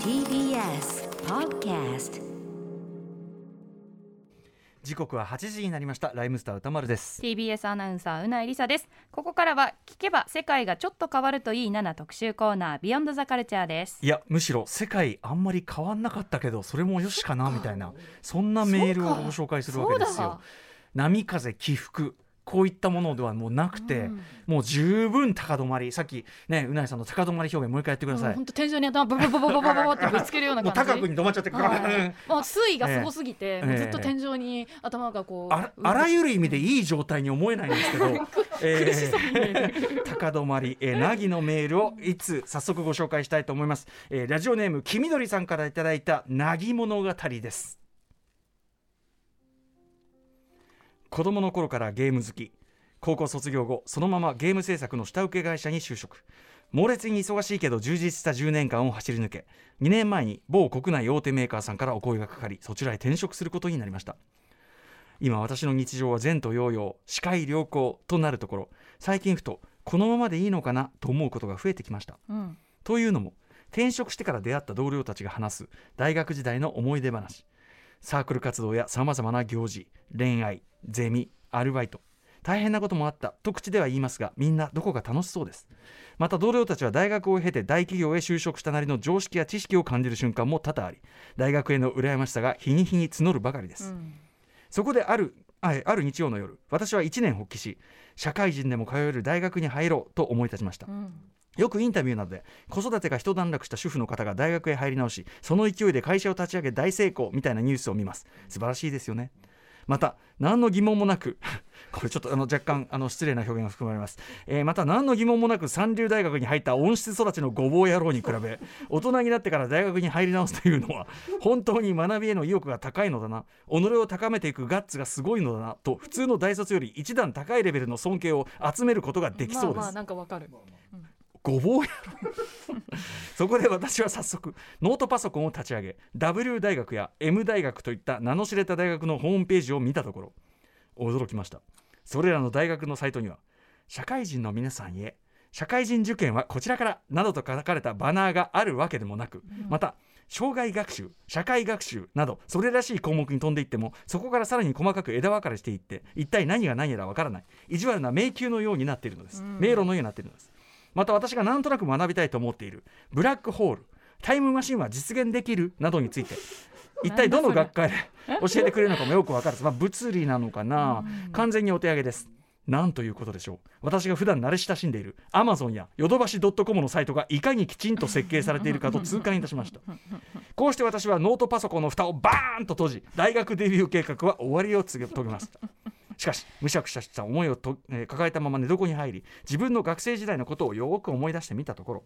TBS Podcast 時刻は8時になりましたライムスター歌丸です TBS アナウンサーうないりさですここからは聞けば世界がちょっと変わるといい7特集コーナービヨンドザカルチャーですいやむしろ世界あんまり変わんなかったけどそれもよしかなみたいなそんなメールをご紹介するわけですそうよだ波風起伏こういったものではもうなくて、うんもう十分高止まりさっきねうなえさんの高止まり表現もう一回やってください、本当テンションに頭ボボボボボボボボってぶつけるようなもう感じ。高くに止まっちゃってガはーンい、もう水位がすごすぎて、えもうずっと天井に頭がこう。あらあらゆる意味でいい状態に思えないんですけど、えー高止まり、えー、凪のメールをいつ早速ご紹介したいと思います、えーラジオネーム黄緑さんからいただいた凪物語です子供の頃からゲーム好き高校卒業後そのままゲーム制作の下請け会社に就職猛烈に忙しいけど充実した10年間を走り抜け2年前に某国内大手メーカーさんからお声がかかりそちらへ転職することになりました今私の日常は前途洋々視界良好となるところ最近ふとこのままでいいのかなと思うことが増えてきましたうんというのも転職してから出会った同僚たちが話す大学時代の思い出話サークル活動やさまざまな行事恋愛ゼミアルバイト大変なこともあったと口では言いますがみんなどこか楽しそうですまた同僚たちは大学を経て大企業へ就職したなりの常識や知識を感じる瞬間も多々あり大学への羨ましさが日に日に募るばかりです、そこであるあえある日曜の夜私は一年発起し社会人でも通える大学に入ろうと思い立ちました、よくインタビューなどで子育てが一段落した主婦の方が大学へ入り直しその勢いで会社を立ち上げ大成功みたいなニュースを見ます素晴らしいですよねまた何の疑問もなく これちょっとあの若干あの失礼な表現が含まれます、えーまた何の疑問もなく三流大学に入った温室育ちのごぼう野郎に比べ 大人になってから大学に入り直すというのは本当に学びへの意欲が高いのだな己を高めていくガッツがすごいのだなと普通の大卒より一段高いレベルの尊敬を集めることができそうです、まあまあ、なんかわかる。ごぼうやろ そこで私は早速ノートパソコンを立ち上げ W 大学や M 大学といった名の知れた大学のホームページを見たところ驚きましたそれらの大学のサイトには社会人の皆さんへ社会人受験はこちらからなどと書かれたバナーがあるわけでもなく、また障害学習社会学習などそれらしい項目に飛んでいってもそこからさらに細かく枝分かれしていって一体何が何やらわからない意地悪な迷宮のようになっているのです、迷路のようになっているのですまた私がなんとなく学びたいと思っているブラックホールタイムマシンは実現できるなどについて一体どの学会で教えてくれるのかもよくわからず、まあ、物理なのかな完全にお手上げですなんということでしょう私が普段慣れ親しんでいるアマゾンやヨドバシドットコムのサイトがいかにきちんと設計されているかと痛感いたしましたこうして私はノートパソコンの蓋をバーンと閉じ大学デビュー計画は終わりを告げ遂げましたしかしむしゃくしゃした思いをと、えー抱えたまま寝床に入り自分の学生時代のことをよく思い出してみたところ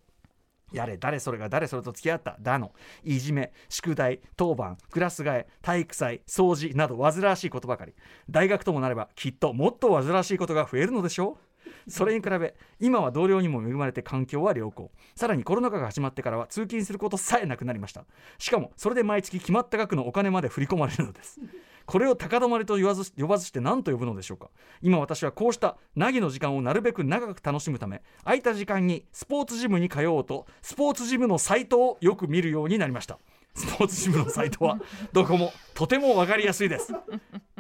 やれ誰それが誰それと付き合っただのいじめ宿題当番クラス替え体育祭掃除など煩わしいことばかり大学ともなればきっともっと煩わしいことが増えるのでしょうそれに比べ今は同僚にも恵まれて環境は良好さらにコロナ禍が始まってからは通勤することさえなくなりましたしかもそれで毎月決まった額のお金まで振り込まれるのですこれを高止まりと言わず呼ばずして何と呼ぶのでしょうか今私はこうした凪の時間をなるべく長く楽しむため空いた時間にスポーツジムに通おうとスポーツジムのサイトをよく見るようになりましたスポーツジムのサイトは どこもとても分かりやすいです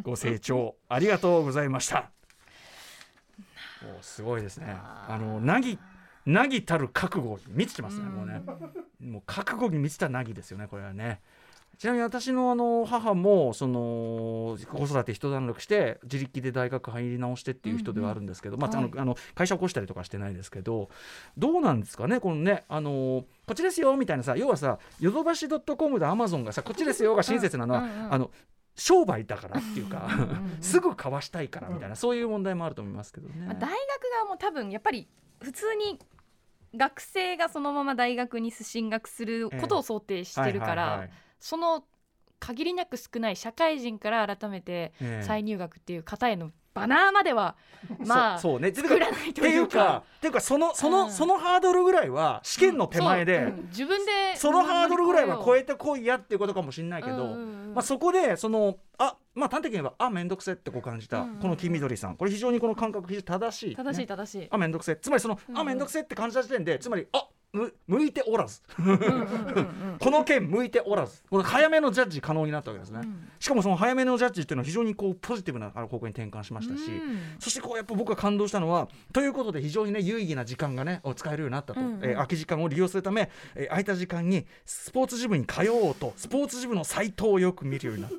ご清聴ありがとうございましたもうすごいですねあの凪凪たる覚悟に満ちてますねもうねもう覚悟に満ちた凪ですよねこれはねちなみに私のあの母もその子育て一段落して自力で大学入り直してっていう人ではあるんですけど、まああのはあの会社起こしたりとかしてないですけどどうなんですかねこのねあのこっちですよみたいなさ要はさヨドバシドットコムでアマゾンがさこっちですよが親切なのは、うんうんうんあの商売だからっていうかすぐ交わしたいからみたいなそういう問題もあると思いますけどね。まあ、大学がもう多分やっぱり普通に学生がそのまま大学に進学することを想定してるから、はいはいはいその限りなく少ない社会人から改めてええ再入学っていう方へのバナーまでは、まあそうそうね作らないってといいううかか。っていうかそのその、うんそのハードルぐらいは試験の手前で。そううん自分でそのハードルぐらいは超ええてこいやっていうことかもしれないけど、まあ、そこでそのあまあ端的に言えばあ面倒くせってこう感じた、うんうんうんこの黄緑さんこれ非常にこの感覚非常に正しい、ね、正しい正しい、あ面倒くせつまりその、うんあ面倒くせって感じた時点でつまりあむ向いておらず うんうんうんうんこの件向いておらずこの早めのジャッジ可能になったわけですね、しかもその早めのジャッジっていうのは非常にこうポジティブなあの方向に転換しましたし、うんそしてこうやっぱ僕が感動したのはということで非常にね有意義な時間がねを使えるようになったと、うんうんえー空き時間を利用するため、えー空いた時間にスポーツジムに通おうとスポーツジムのサイトをよく見るようになっ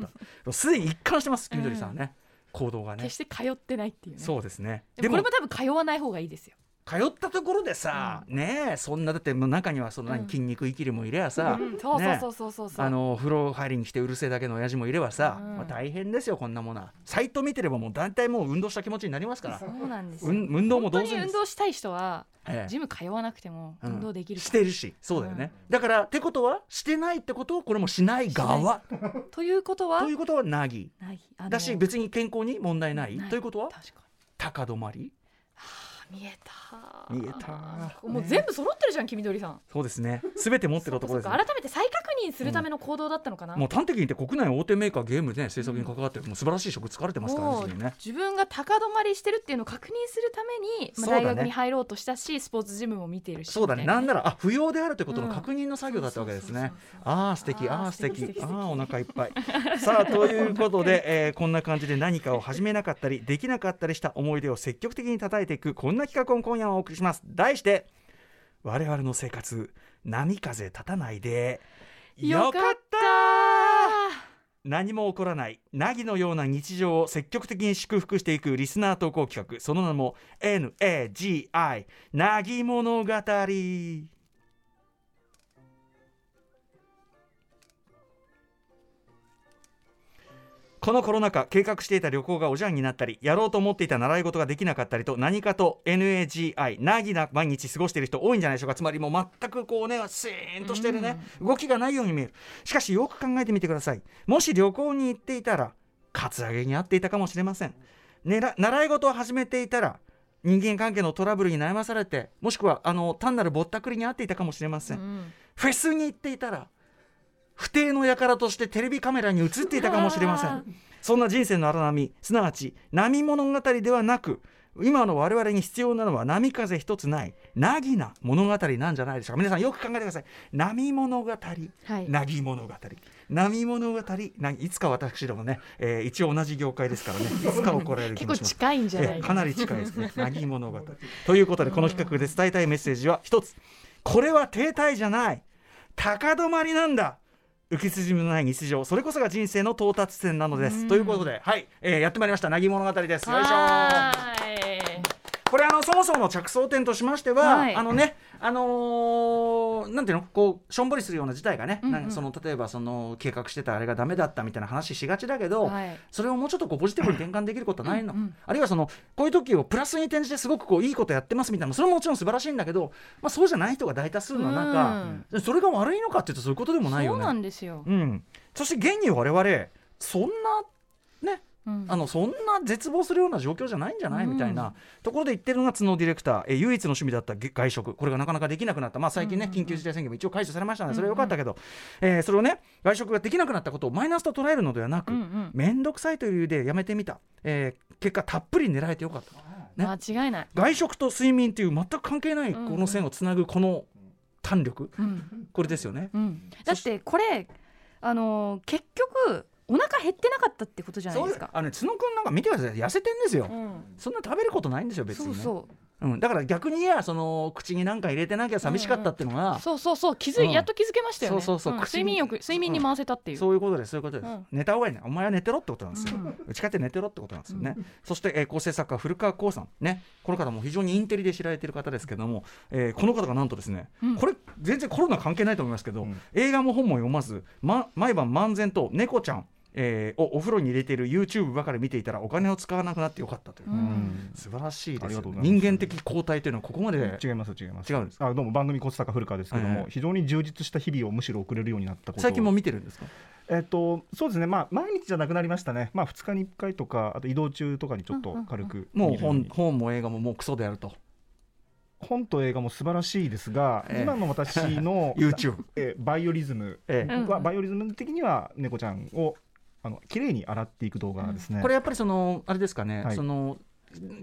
た すでに一貫してますみどりさんはね、行動がね決して通ってないっていうねそうですねでもこれも多分通わない方がいいですよ通ったところでさ、ねえそんなだってもう中にはその何うん筋肉いきりもいればさ、うんそうねえそうそうそうそうそうあの風呂入りに来てうるせえだけの親父もいればさ、うんまあ、大変ですよこんなものはサイト見てればもう大体もう運動した気持ちになりますからそうなんですようん運動も本当同に然で運す、動したい人はええジム通わなくてもうん運動できるしかてるしそうだよね、だからってことはしてないってことをこれもしない側らということはということはなぎないあのだし別に健康に問題ないないということは確か高止まりに見えた見えたもうね全部揃ってるじゃん黄緑さんそうですね全て持ってたところそうですかね改めて再確認するための行動だったのかな、もう端的に言って国内の大手メーカーゲームで、ね、制作に関わってるもう素晴らしい職疲れてますからねもうすでにね自分が高止まりしてるっていうのを確認するために、まあそうだね大学に入ろうとしたしスポーツジムも見ているしそうだねみたいなんならあ不要であるということの確認のな作業だったわけですそうねそうそうそうああ素敵あーああ素敵素敵素あ敵あお腹いっぱい さあということで、えーこんな感じで何かを始めなかったりできなかったりした思い出を積極的に叩いていくこんな企画を今夜はお送りします題して我々の生活波風立たないでよかった何も起こらないなぎのような日常を積極的に祝福していくリスナー投稿企画その名も NAGI なぎ物語このコロナ禍計画していた旅行がおじゃんになったりやろうと思っていた習い事ができなかったりと何かと NAGI なぎな毎日過ごしている人多いんじゃないでしょうかつまりもう全くこうねシーンとしてるね、動きがないように見えるしかしよく考えてみてくださいもし旅行に行っていたらカツアゲに遭っていたかもしれません、ねら習い事を始めていたら人間関係のトラブルに悩まされてもしくはあの単なるぼったくりに遭っていたかもしれません、うんフェスに行っていたら不定の輩としてテレビカメラに映っていたかもしれませあーんそんな人生の荒波すなわち波物語ではなく今の我々に必要なのは波風一つないなぎな物語なんじゃないでしょうか皆さんよく考えてください波物語はいなぎ物語波物語ないつか私どもね、えー一応同じ業界ですからねいつか怒られる気結も構します近いんじゃなえいえかなり近いです ね。何物語ということでこの企画で伝えたいメッセージは一つこれは停滞じゃない高止まりなんだ浮き筋のない日常それこそが人生の到達点なのです。ということで、はいえーやってまいりました「なぎ物語」です。よいしょはーーいこれあのそもそもの着想点としましては、はいあのねあのーなんていうのこうしょんぼりするような事態がね、なんかその例えばその計画してたあれがダメだったみたいな話しがちだけど、はいそれをもうちょっとこうポジティブに転換できることはないの、あるいはそのこういう時をプラスに転じてすごくこういいことやってますみたいなそれももちろん素晴らしいんだけど、まあ、そうじゃない人が大多数の中、それが悪いのかっていうとそういうことでもないよそうなね。んですよ、うん、そして現に我々そんなねうんあのそんな絶望するような状況じゃないんじゃないうんみたいなところで言ってるのが角ディレクター、えー唯一の趣味だったげ外食これがなかなかできなくなった、まあ、最近ね、緊急事態宣言も一応解除されましたのでそれは良かったけど、えーそれをね外食ができなくなったことをマイナスと捉えるのではなくうんうん面倒、くさいという理由でやめてみた、えー結果たっぷり狙えてよかったね間違いない、外食と睡眠という全く関係ないこうんうんの線をつなぐこの弾力、うんこれですよね。うん、だってこれあのー結局お腹減ってなかったってことじゃないですかあのね角君なんか見てください痩せてんですよ、うんそんな食べることないんですよ別にそね、うそううん、だから逆に言えばその口に何か入れてなきゃ寂しかったっていうのが、そうそうそう気づい、うんやっと気づけましたよねそうそうそうん睡眠欲睡眠に回せたっていう、そういうことですそういうことです、うん寝た方がいいねお前は寝てろってことなんですよ、うんうちかって寝てろってことなんですよね、そして、えー構成作家古川光さんねこの方も非常にインテリで知られている方ですけども、えーこの方がなんとですね、うんこれ全然コロナ関係ないと思いますけど、うん映画も本も読まず、ま、毎晩漫然と猫ちゃん、えーをお風呂に入れている YouTube ばかり見ていたらお金を使わなくなってよかったという、うん素晴らしいでありすよがとうねございます人間的交代というのはここまで違います違います違うんですあどうも番組コツタカ古川ですけども、ええ非常に充実した日々をむしろ送れるようになったこと最近も見てるんですかえっとそうですねまあ毎日じゃなくなりましたねまあ2日に1回とかあと移動中とかにちょっと軽くもう見るよに本本も映画ももうクソであると本と映画も素晴らしいですが、ええ今の私の YouTube えバイオリズムええうんは、バイオリズム的には猫ちゃんをあの綺麗に洗っていく動画ですね、これやっぱりそのあれですかね、はいその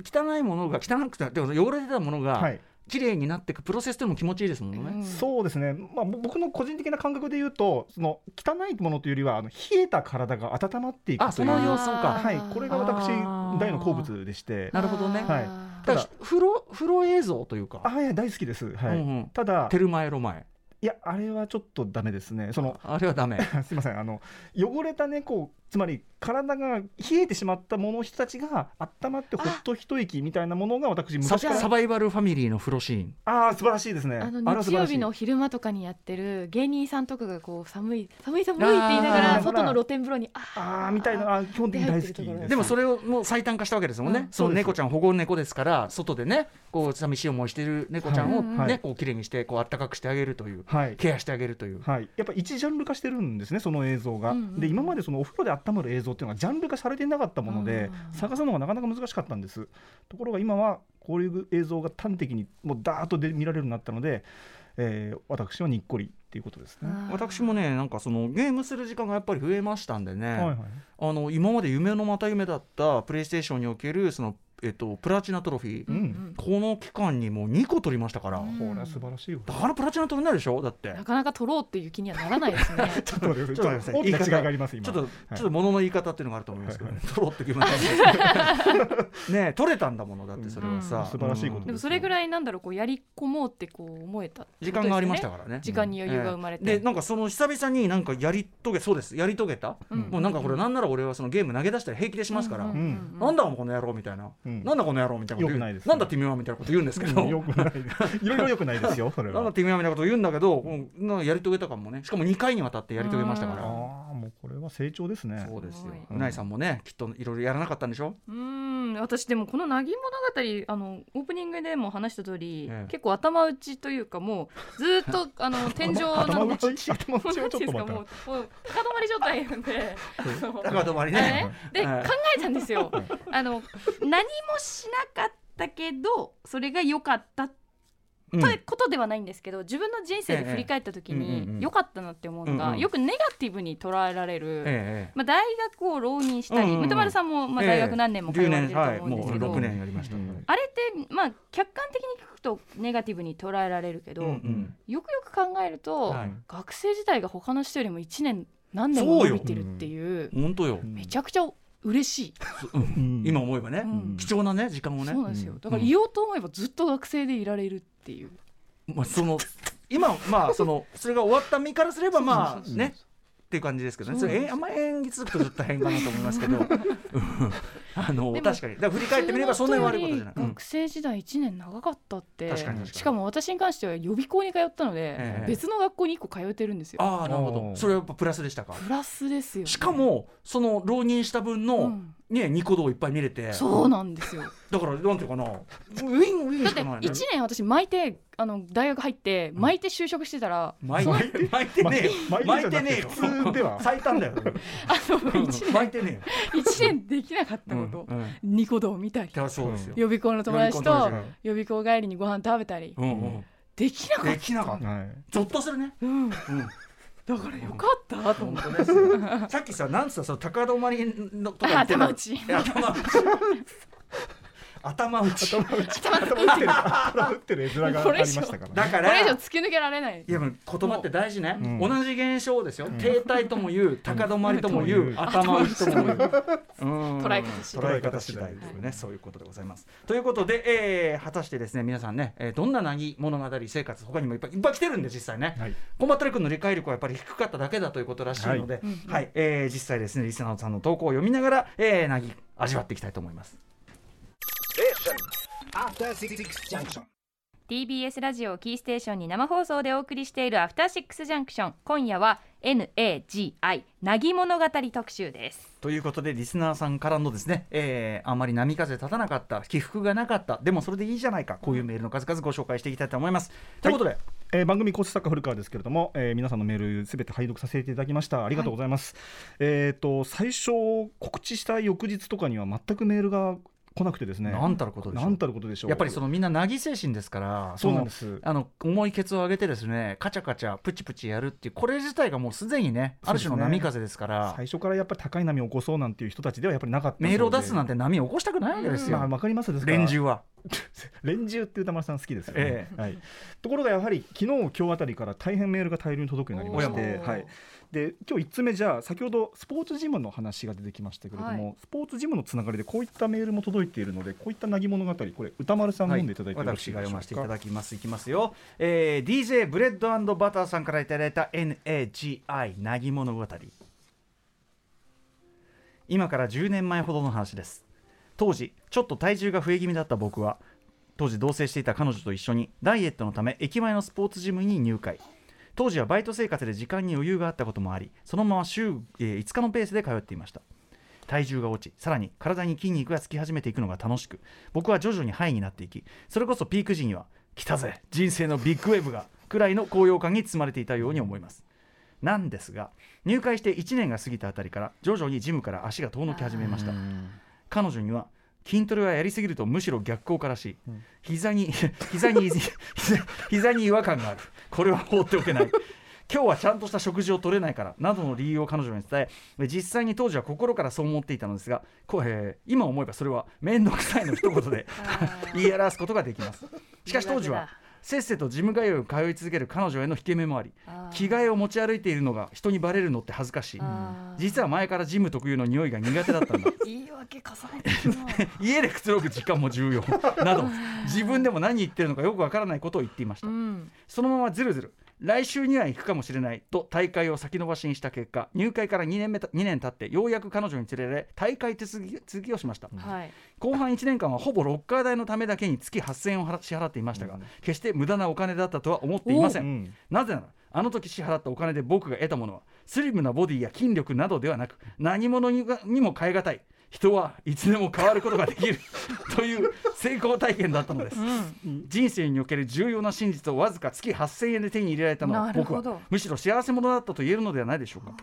汚いものが汚くてでも汚れてたものが、はい綺麗になっていくプロセスというのも気持ちいいですもんね。そうですね、まあ、ぼ僕の個人的な感覚で言うとその汚いものというよりはあの冷えた体が温まっていくというあその要素かはい、これが私あー大の好物でしてなるほどね。はいだから風呂風呂映像というか、あいや大好きです、はいうんうんただテルマエロマエいやあれはちょっとダメですねそのあれはダメ。すいませんあの汚れた猫つまり体が冷えてしまったもの人たちが温まってほっと一息みたいなものが私サ 昔からサバイバルファミリーの風呂シーン。ああ素晴らしいですねあのあれは素日晴曜らし日いの昼間とかにやってる芸人さんとかがこう寒い寒い寒いって言いながあーら外の露天風呂にあああみたいなあー基本的に大好き出会ってるところですでもそれをもう最短化したわけですもんね、うんそのそうです猫ちゃん保護猫ですから外でねこう寂しい思いしてる猫ちゃんをね、はいはいこう綺麗にしてこうあったかくしてあげるというはいケアしてあげるというはい、やっぱ一ジャンル化してるんですねその映像が、うんうんで今までそのお風呂で温まる映像っていうのがジャンル化されてなかったものであー探すのがなかなか難しかったんですところが今はこういう映像が端的にもうダーッとで見られるようになったので、えー私はにっこりっていうことですね、ー私もねなんかそのゲームする時間がやっぱり増えましたんでね、はいはいあの今まで夢のまた夢だったプレイステーションにおけるその、えっと、プラチナトロフィー、うん、この期間にもう2個取りましたから、うんこれは素晴らしいわだからプラチナ取れないでしょだってなかなか取ろうっていう気にはならないですねちょっと待ってちょっと待ってちょっと大きな違いがあります今ちょっと、ちょっと物の言い方っていうのがあると思いますけど、はい取ろうって気分になり ますねねえ取れたんだものだってそれはさ、うん素晴らしいことでもそれぐらいなんだろうこうやり込もうってこう思えたって時ことですね間がありましたからね時間に余裕が生まれて、ええでなんかその久々になんかやり遂げそうですやり遂げた、うんもうなんかこれなんなら俺はそのゲーム投げ出したら平気でしますから、うんうんうんうんなんだこの野郎みたいな、うんなんだこの野郎みたいなこと言うよくないですねなんだてめえはみたいなこと言うんですけど、よくない いろいろよくないで すよそれなんだはてめえはみたいなこと言うんだけど、うんなんかやり遂げた感もねしかも2回にわたってやり遂げましたかああら、ーもうこれは成長ですねそうですよすごいうんうないさんもねきっといろいろやらなかったんでしょうーん私でもこの「なぎ物語」あのオープニングでも話した通り、ええ結構頭打ちというかもうずー っとあの天井の頭も打うち頭打ちなをんちてい うょっんですかとまたもうもう高止まり状態な んであのだから止まりあねれでええ考えたんですよ。あの何もしなかったけどそれが良かったうんということではないんですけど、自分の人生で振り返った時ええうんうんうんに良かったなって思うのうんが、うんよくネガティブに捉えられる、ええまあ、大学を浪人したり、うんうんうん歌丸さんも、まあ、大学何年も通わ留れ年てるとはい思うんもでうすけど、 6年やりました、うんあれって、まあ、客観的に聞くとネガティブに捉えられるけど、うんよくよく考えると、はい学生時代が他の人よりも1年何年も伸びてるっていううん本当よ、めちゃくちゃ嬉しい、うん今思えばね、うん貴重なね時間をねそうなんですようんだから言おうと思えばずっと学生でいられるっていう、まあ、その今まあそのそれが終わった身からすればまあそうそうそうねっていう感じですけどねそれえあんま演技するとちょっと大変かなと思いますけ どうんあのでも確かにだから振り返ってみればそんなに悪いことじゃない、うん学生時代1年長かったって確かに確かにしかも私に関しては予備校に通ったので、ええ別の学校に1個通えてるんですよああなるほおどーそれはやっぱプラスでしたかプラスですよしかもその浪人した分の、うんねニコ動をいっぱい見れてそうなんですよだからなんていうかなウィンウィンだしっかてない1年私巻いてあの大学入って巻いて就職して たら、巻いて巻いてねえよ巻巻いいててねえよ普通では最 短だよあの 1, 巻いてね年1年できなかっえたよこと、うんうんニコ動見たりだからそうですよ予備校の友達予と備校の友予備校帰りにご飯食べたり、うんうんできなかっできなかったはいゾッとするねた、うん、だうんからよかったと思って、さっきさ、なんつったその高止まりのとか言って頭打ちい や頭打ち。頭打ち。頭打ってる頭打ってる絵面がありましたからねだかこれ以上ら。突き抜けられないいやもう言葉って大事ね、うん同じ現象ですよ、停滞とも言う高止まりとも言う、うん頭打ちとも言う、うん捉え方次第捉え方次第というね、そういうことでございますということで、えー果たしてですね皆さんね、えーどんななぎ物語生活他にもいっぱいいっぱい来てるんで実際ね、はいコンバットレックの理解力はやっぱり低かっただけだということらしいので、はいえー実際ですねリスナーさんの投稿を読みながら、えー、なぎ味わっていきたいと思います TBS ラジオをキーステーションに生放送でお送りしている「アフターシックスジャンクション」今夜は NAGI なぎ物語特集ですということでリスナーさんからのですね、えーあまり波風立たなかった起伏がなかったでもそれでいいじゃないかこういうメールの数々ご紹介していきたいと思います、ということでえー番組構成作家古川ですけれども、えー皆さんのメールすべて拝読させていただきましたありがとうございます、えっ、と最初告知した翌日とかには全くメールが来なくてですねなんたることでしょうなんたることでしょうやっぱりそのみんななぎ精神ですからそうなんのですあの重いケツを上げてですねカチャカチャプチプチやるっていうこれ自体がもうすでにねある種の波風ですから最初からやっぱり高い波を起こそうなんていう人たちではやっぱりなかったそうでメールを出すなんて波を起こしたくないわけですよ、まあわかりますですから連中は連中っていう歌丸さん好きですよね、えはい、ところがやはり昨日今日あたりから大変メールが大量に届くようになりまして、おーはい、で今日1つ目じゃあ先ほどスポーツジムの話が出てきましたけれども、はスポーツジムのつながりでこういったメールも届いているのでこういったなぎ物語これ歌丸さんはい読んでいただいてよろし私いがで読ませしていょうか、ただきますいきますよ、えー DJ ブレッドバターさんからいただいた NAGI なぎ物語今から10年前ほどの話です当時ちょっと体重が増え気味だった僕は当時同棲していた彼女と一緒にダイエットのため駅前のスポーツジムに入会当時はバイト生活で時間に余裕があったこともありそのまま週、えー5日のペースで通っていました体重が落ちさらに体に筋肉がつき始めていくのが楽しく僕は徐々にハイになっていきそれこそピーク時には来たぜ人生のビッグウェーブがくらいの高揚感に包まれていたように思いますなんですが入会して1年が過ぎたあたりから徐々にジムから足が遠のき始めました彼女には筋トレはやりすぎるとむしろ逆効果らしい、膝に 膝に膝膝に違和感があるこれは放っておけない今日はちゃんとした食事を取れないからなどの理由を彼女に伝ええ実際に当時は心からそう思っていたのですがこう、えー今思えばそれは面倒くさいの一言で言い表すことができますしかし当時はせっせとジム通いを通い続ける彼女への引け目もありあー着替えを持ち歩いているのが人にバレるのって恥ずかしいあー実は前からジム特有の匂いが苦手だったんだ言い訳重ねてるな家でくつろぐ時間も 重要など自分でも何言ってるのかよくわからないことを言っていました、うんそのままずるずる来週には行くかもしれないと大会を先延ばしにした結果入会から2年目た2年経ってようやく彼女に連れられ大会手続き続きをしました、はい後半1年間はほぼロッカー代のためだけに月8000円を払支払っていましたが、うん決して無駄なお金だったとは思っていませうんんなぜならあの時支払ったお金で僕が得たものはスリムなボディや筋力などではなく何者にがにも変え難い人はいつでも変わることができるという成功体験だったのです、人生における重要な真実をわずか月8000円で手に入れられたのはなる僕ほどはむしろ幸せ者だったと言えるのではないでしょうか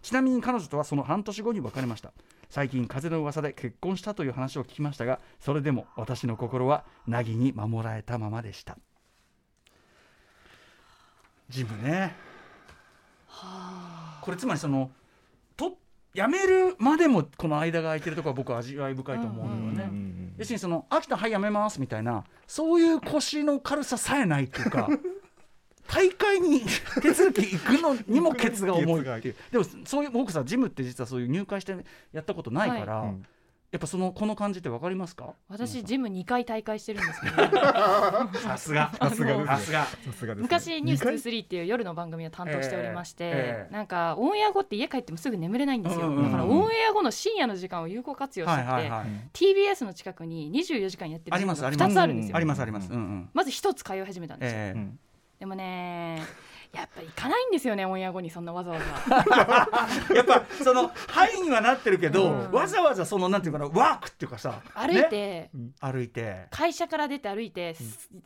ちなみに彼女とはその半年後に別れました最近風の噂で結婚したという話を聞きましたがそれでも私の心は凪に守られたままでしたジムねこれつまりそのと辞めるまでもこの間が空いてるとこは僕は味わい深いと思うのよね、うんうんうんうん要するにその秋田はいやめますみたいなそういう腰の軽ささえないっていう か大会に手続き行くのにもケツが重いっていうでもそういう僕さジムって実はそういう入会してやったことないから、はいうんやっぱそのこの感じってわかりますか私ジム2回大会してるんです けどさすがさすがですねさすがさすがですね昔「ニュース二回23っていう夜の番組を担当しておりまして、ええええなんかオンエア後って家帰ってもすぐ眠れないんですよ、うんうんうんだからオンエア後の深夜の時間を有効活用してはて、いはいはい、 TBS の近くに24時間やってるありジムますがありま2すつあるんですよありますありますうんうん、まず1つ通い始めたんですよ、ええうんでもねやっぱ行かないんですよねオンエア後にそんなわざわざ やっぱその範囲にはなってるけど、うんわざわざそのなんていうかなワークっていうかさ歩いて、ね歩いて会社から出て歩いて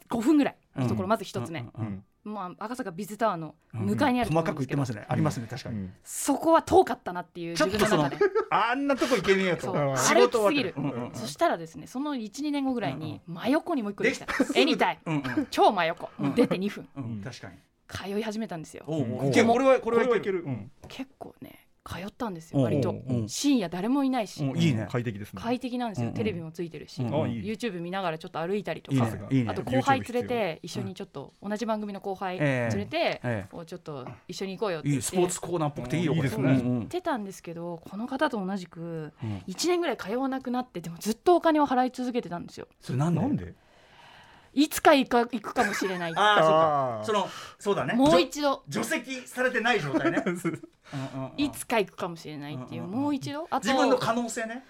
5分ぐらいのところまず1つ目、うんううんうんんまあ、赤坂ビズタワーの向かいにあると細ころかくなん言でってすまけどすねありますね確かうに、んそこは遠かったなっていうちょ自っ分とのその中で。あんなとこ行けねえよとそう仕事終わってる歩きすぎるうんうんそしたらですねその12年後ぐらいに真横にもう一個ででききたた 絵にたいうんうん超真横うん出て2分うんうん確かに通い始めたんですよおうおううんいけるこれはここれれははいいけけるるうん結構ね通ったんですおよう割おとうおう深夜誰もいないしおういいね快適ですね快適なんですうよんテレビもついてるしうんあいい YouTube 見ながらちょっと歩いたりといいかさすねがいいあねと後輩 YouTube 連れて一緒にちょっと同じ番組の後輩連れてええこうちょっと一緒に行こうよってい言いっスてポーツコーナーっぽくていいようんこれいいですうねんうん言ってたんですけどこの方と同じくうん1年ぐらい通わなくなってでもずっとお金を払い続けてたんですよそれなんでなんでいつか行か行くかもしれな いってあああーそっかそのそうだねもう一度除除籍されてない状 態ねうんうんうんいつか行くかもしれないっていう、うんうんうんもう一度あと自分の可能性ね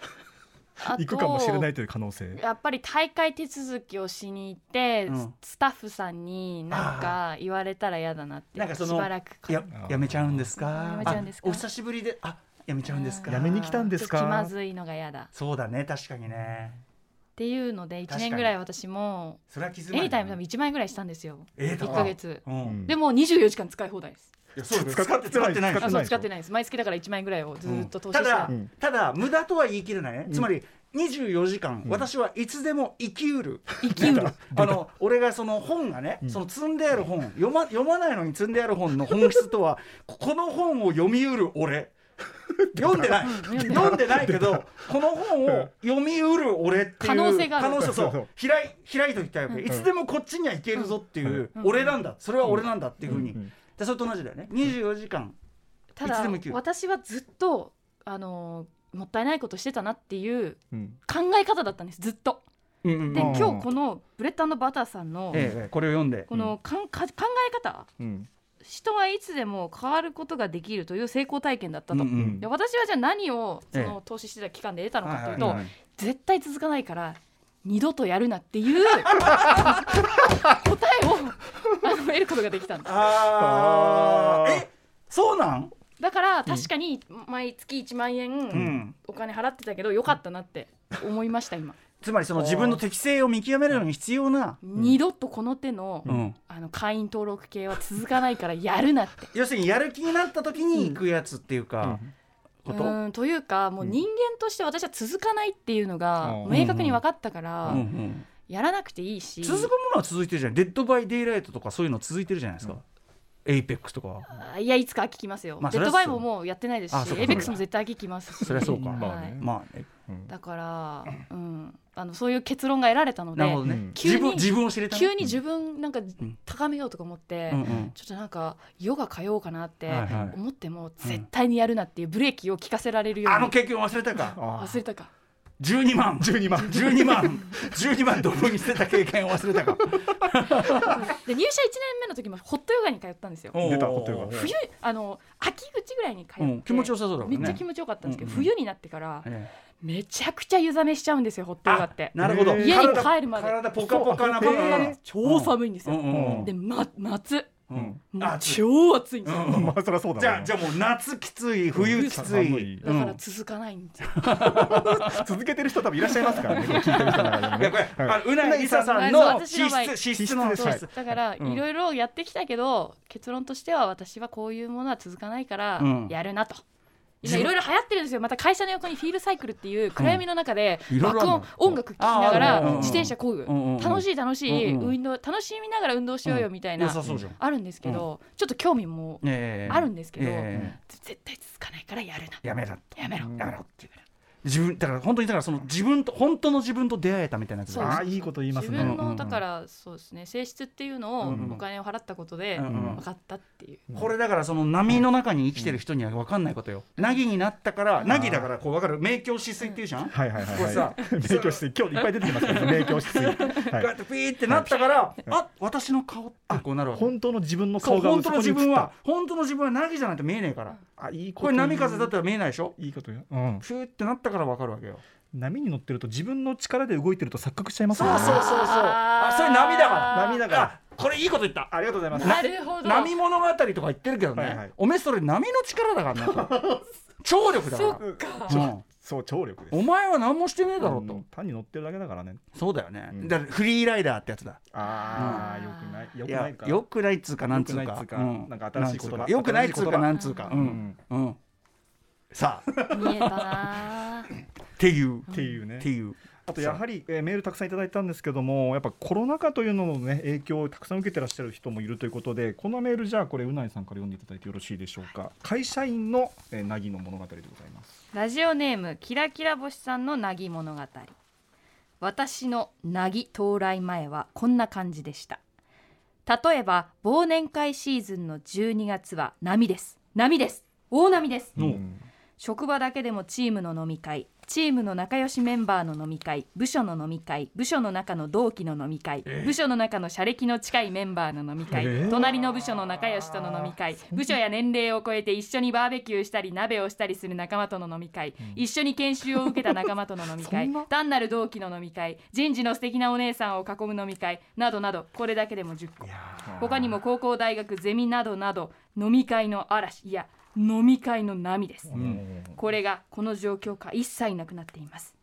あと行くかもしれないという可能性やっぱり大会手続きをしに行って、うんスタッフさんになんか言われたら嫌だなってなんかそのしばらくいやあーやめちゃうんですかやめちゃうんですかあお久しぶりであやめちゃうんですかやめに来たんですかちょっと気まずいのが嫌だっそうだね確かにねていうのでか1に年ぐらい私もそれは気づエニタイム多い分ね1万円ぐらいしたんですよええ1高いか月うんうんでも24時間使い放題ですいやそうです使使っってて使ってない使あっそうでしょ使ってないです毎月だから1万円ぐらいをずっと投資たしてた、だうんただ無駄とは言い切れないね、んつまり24時間、うん私はいつでも生きうる生きうる なんかあの俺がその本がね、その積んであ る本読ま読まないのに積んである本の本質とはここの本を読みうる俺読んでない読んでないけどこの本を読みうる俺っていう可能性がある可能性そそうう開い開いときたいわけ、いつでもこっちには行けるぞっていう、俺なんだそれは俺なんだっていうふうに、うんでそれと同じだよね24時間たいつでだも行ける私はずっとあのもったいないことしてたなっていううん考え方だったんですずっと。ででうん今日このブレッドバターさんのええこれを読んでこのかんか考え方うん人はいつでも変わることができるという成功体験だったと。うんうんで私はじゃあ何をそえの投資してた期間で得たのかというと、はいはいはい絶対続かないから二度とやるなっ ていう答えをあの得ることができたんだああーーえそうなん、だから確かに毎月1万う円ん、お金払ってたけどよかったなって思いました今つまりその自分の適性を見極めるのに必要な、二度とこの手のうん、あの会員登録系は続かないからやるなって要するにやる気になった時に行くやつっていうか、うこと、ーんというかもう人間として私は続かないっていうのがうん明確に分かったからうんうんやらなくていいし続くものは続いてるじゃないデッド・バイ・デイ・ライトとかそういうの続いてるじゃないですか、エイペックスとかはあいやいつか聞きますよまあデそッれはドバイももうやってないですあしそうかエイペックスも絶対聞きますしそりゃそうか、まあはねいまあねうんだから、うん、あのそういう結論が得られたのなるほでどね、うん自分急に自分を知れたね急に自分なんかん高めようとか思って、うんうんちょっとなんかヨガ通おうかなってはいはい思っても絶対にやるなっていうブレーキを効かせられるようにあの経験忘れた かあ忘れたか12万12万12万12万ドブに捨てた経験を忘れた かで入社1年目の時もホットヨガに通ったんですよ出たホテルが冬あの秋口ぐらいに通って、うん気持ちよさそうだもんめねっちゃ気持ちよかったんですけど、うんうん冬になってからえめちゃくちゃ湯冷めしちゃうんですよホットヨガってえなるほどえー家に体帰るまで体ポカポカなそうままなの超寒いんですよ、うんうんうんで、ま、夏うんもうあつ超暑いんですよ、 まあそりゃそうだじゃあじゃゃあもう夏きつい冬きつ寒いい だから続かないんですよ、あ続けてる人多分いらっしゃいますからねこれ聞いてる人の中 でもいやこれねはあいうなぎささんうのなぎさ資んの質資質の資質そうは資い質だからうんいろいろやってきたけど、結論としては私はこういうものは続かないからうんやるなと。自今分いろいろ流行ってるんですよまた会社の横にフィールサイクルっていう暗闇の中でうんいろいろある爆の音音楽聴きながああらるねうんうん自転車工具うんうんうん楽しい楽しいうんうん運動楽しみながら運動しようよみたい良なさそうじゃんあるんですけどちょっと興味もええあるんですけどえ絶対続かないからやるなえやめろとやめろやめろっていう自分だから本当にだからその自分と本当の自分と出会えたみたいなやつだそうあですーいいこと言いま自すね分うんうんうのんだからそうですね性質っていうのをうんうんお金を払ったことでうんうん分かったっていうこれだからその波の中に生きてる人には分かんないことよ。なぎになったから、なぎだからこう分かる明鏡止水っていうじゃん。こはいはいはいれさは、い明鏡室今日いっぱい出てきますけど明鏡室こうやってピーってなったから、あ私の顔ってこうなるわけ。本当の自分のそう顔が本当の自分はそこに映っ本当の自分はなぎじゃないと見えねえから。たあいいことこれ言う波風だったら見えないでしょ。いいことよ、うん、ピューってなったから分かるわけよ。波に乗ってると自分の力で動いてると錯覚しちゃいますそようそねうそうそう。あそれ波だから。波だからあ。これいいこと言った。ありがとうございますなるほど波物語とか言ってるけどね。はいはいおめえそれ波の力だからな と。張力だかうんら。そううんそう聴力ですお前は何もしてねえだろうと。うん単に乗ってるだけだからねそうだよね、うんだからフリーライダーってやつだああ、うんよくないよいくなやいかよくないっつうかなんつうかよくないっつうかうんなんか新しい言葉なんつうかよくないっつうかな新んしつうかううんうん、さあ見えたなーっていうっていうねっていうあとやはり、えーメールたくさんいただいたんですけどもやっぱコロナ禍というのの、ね、影響をたくさん受けてらっしゃる人もいるということでこのメールじゃあこれうないさんから読んでいただいてよろしいでしょうか、会社員の、えー、なぎの物語でございますラジオネームキラキラ星さんのなぎ物語私のなぎ到来前はこんな感じでした例えば忘年会シーズンの12月は波です波です大波ですのうん職場だけでもチームの飲み会チームの仲良しメンバーの飲み会部署の飲み会部署の中の同期の飲み会、部署の中の社歴の近いメンバーの飲み会、えー隣の部署の仲良しとの飲み会部署や年齢を超えて一緒にバーベキューしたり鍋をしたりする仲間との飲み会、一緒に研修を受けた仲間との飲み 会単なる同期の飲み会人事の素敵なお姉さんを囲む飲み会などなどこれだけでも10個他にも高校大学ゼミなどなど飲み会の嵐いや飲み会の波です、うんこれがこの状況下一切なくなっています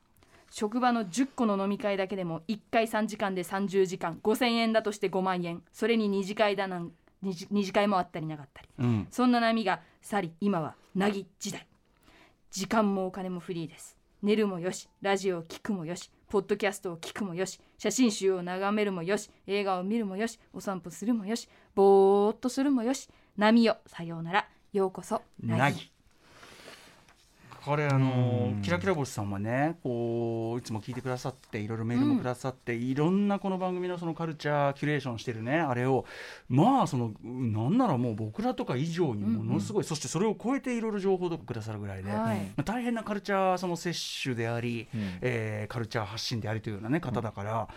職場の10個の飲み会だけでも1回3時間で30時間5000円だとして5万円それに2次会だなん 2, 次二次会もあったりなかったりうんそんな波が去り今はなぎ時代時間もお金もフリーです寝るもよしラジオを聞くもよしポッドキャストを聞くもよし写真集を眺めるもよし映画を見るもよしお散歩するもよしぼーっとするもよし波よさようならようこそなぎこれあのうんキラキラ星さんはねこういつも聞いてくださっていろいろメールもくださって、いろんなこの番組のそのカルチャーキュレーションしてるねあれをまあそのなんならもう僕らとか以上にものすごい、そしてそれを超えていろいろ情報とかくださるぐらいで、はいまあ大変なカルチャーその摂取であり、えーカルチャー発信でありというような、ね、方だから、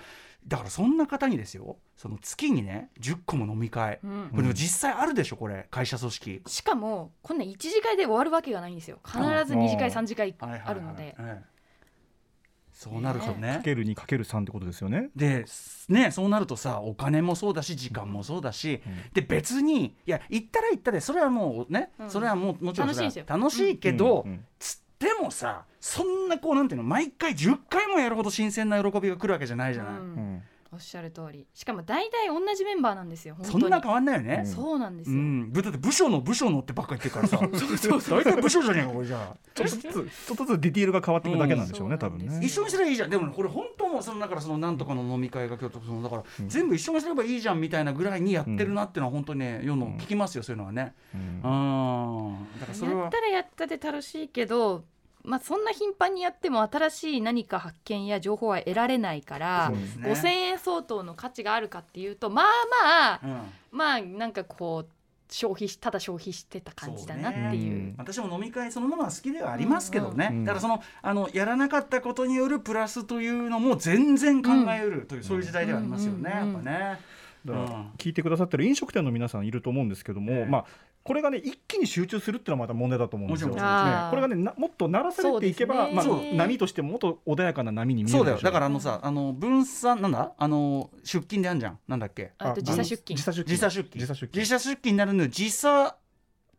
だからそんな方にですよその月にね10個も飲み会、うんこれでも実際あるでしょこれ会社組織。しかもこんな1次会で終わるわけがないんですよ必ず2次会3次会あるのでええそうなるとかね。ける2かける3ってことですよね。で、すね、そうなるとさお金もそうだし時間もそうだし、で別にいや行ったら行ったでそれはもうね、うんそれはもうもちろんそれは楽しいです楽しいけど、うんうんつってもさそんなこうなんていうの毎回10回もやるほど新鮮な喜びが来るわけじゃないじゃない、うんうんおっしゃる通りしかも大体同じメンバーなんですよ本当そにんな変わんないようね、そうなんですうよ、んだって部署の部署のってばっか言ってるからさ大体部署じゃねえかこれじゃあ。ちょっとずつちょっとずつディティールが変わっていくだけなんでしょうね、うん多分そうなんねで一。緒にすればいいじゃんでもねこれ本当もうそのだからそのなんとかの飲み会が今日とそのだから、全部一緒にすればいいじゃんみたいなぐらいにやってるなっていうのは本当にね世の聞きますよそういうのはねうんうんだからそれやはったらやったで楽しいけど、まあ、そんな頻繁にやっても新しい何か発見や情報は得られないから、そうですね5,000円相当の価値があるかっていうとまあまあうんまあなんかこう消費しただ消費してた感じだなっていう。うん私も飲み会そのものは好きではありますけどね、うんうんだからそのあのやらなかったことによるプラスというのも全然考えうるという、そういう時代ではありますよね、うんうんうやっんぱだね、うからん聞いてくださってる飲食店の皆さんいると思うんですけども、ええまあこれがね一気に集中するっていうのはまた問題だと思うんですよ。もちねろんあーこれがねなもっと鳴らされていけそば、うでますあねそう波としてもっと穏やかな波に見えそるうだよでしょだからあのさあの分散なんだあの出勤であんじゃんなんだっけあと時差出勤時差出勤時差出勤時差出勤時差出勤ならぬ時差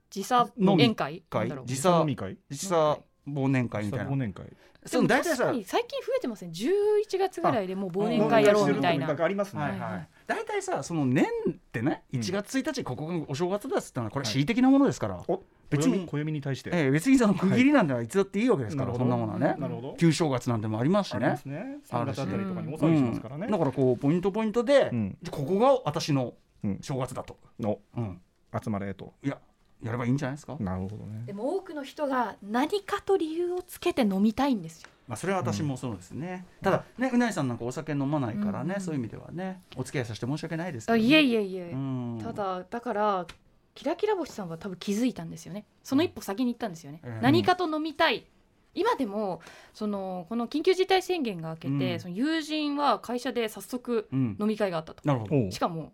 時差飲み宴会な会んだろう時時差差飲み会時差忘年会み時たい差な。忘年会でそもの大体確さか、に最近増えてません11月ぐらいでもう忘年あ会やろうみたい忘年会してる飲み会ながありますね。はいはい。大体さその年ってねうん1月1日ここがお正月だっつったのはこれはい恣意的なものですから。お別に暦暦に対して、ええ別にその区切りなんてのはいつだっていいわけですからなそるほどんなものはねなるほど。旧正月なんてもありますしありまねす。ね。三月あたりとかにおう騒ぎしまんすからね。だからこうポイントポイントでうんでここが私のうん正月だと。のうん集まれと。いややればいいんじゃないですか。なるほどね。でも多くの人が何かと理由をつけて飲みたいんですよまあそれは私もそうですね。ただねうなぎさんなんかお酒飲まないからねそういう意味ではねお付き合いさせて申し訳ないですけあど。いえいえいえ、うんただだからキラキラ星さんは多分気づいたんですよねその一歩先に行ったんですよね、うん何かと飲みたい今でもそのこの緊急事態宣言が明けて、うんその友人は会社で早速うん飲み会があったと、なるほど。おうしかも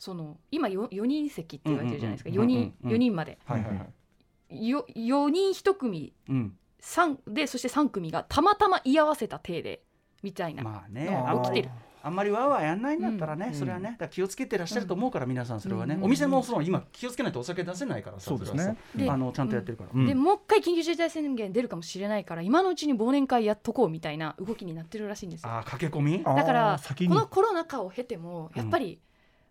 その今 4, 四人席って言われてるじゃないですか、うん四うんうん人うんうん4人まではいはいはい。よ4人1組うん。三でそして3組がたまたま居合わせた体でみたいな、まあね、ああんま起きてるあんまりわーわーやんないんだったらね、うんそれはね、だから気をつけてらっしゃると思うから、皆さんそれはね、うんお店もその今気をつけないとお酒出せないからさ、そうですれはねさ。であのちゃんとやってるから。うんでもう一回緊急事態宣言出るかもしれないから今のうちに忘年会やっとこうみたいな動きになってるらしいんですよああ駆け込み？だからあー先にこのコロナ禍を経てもやっぱり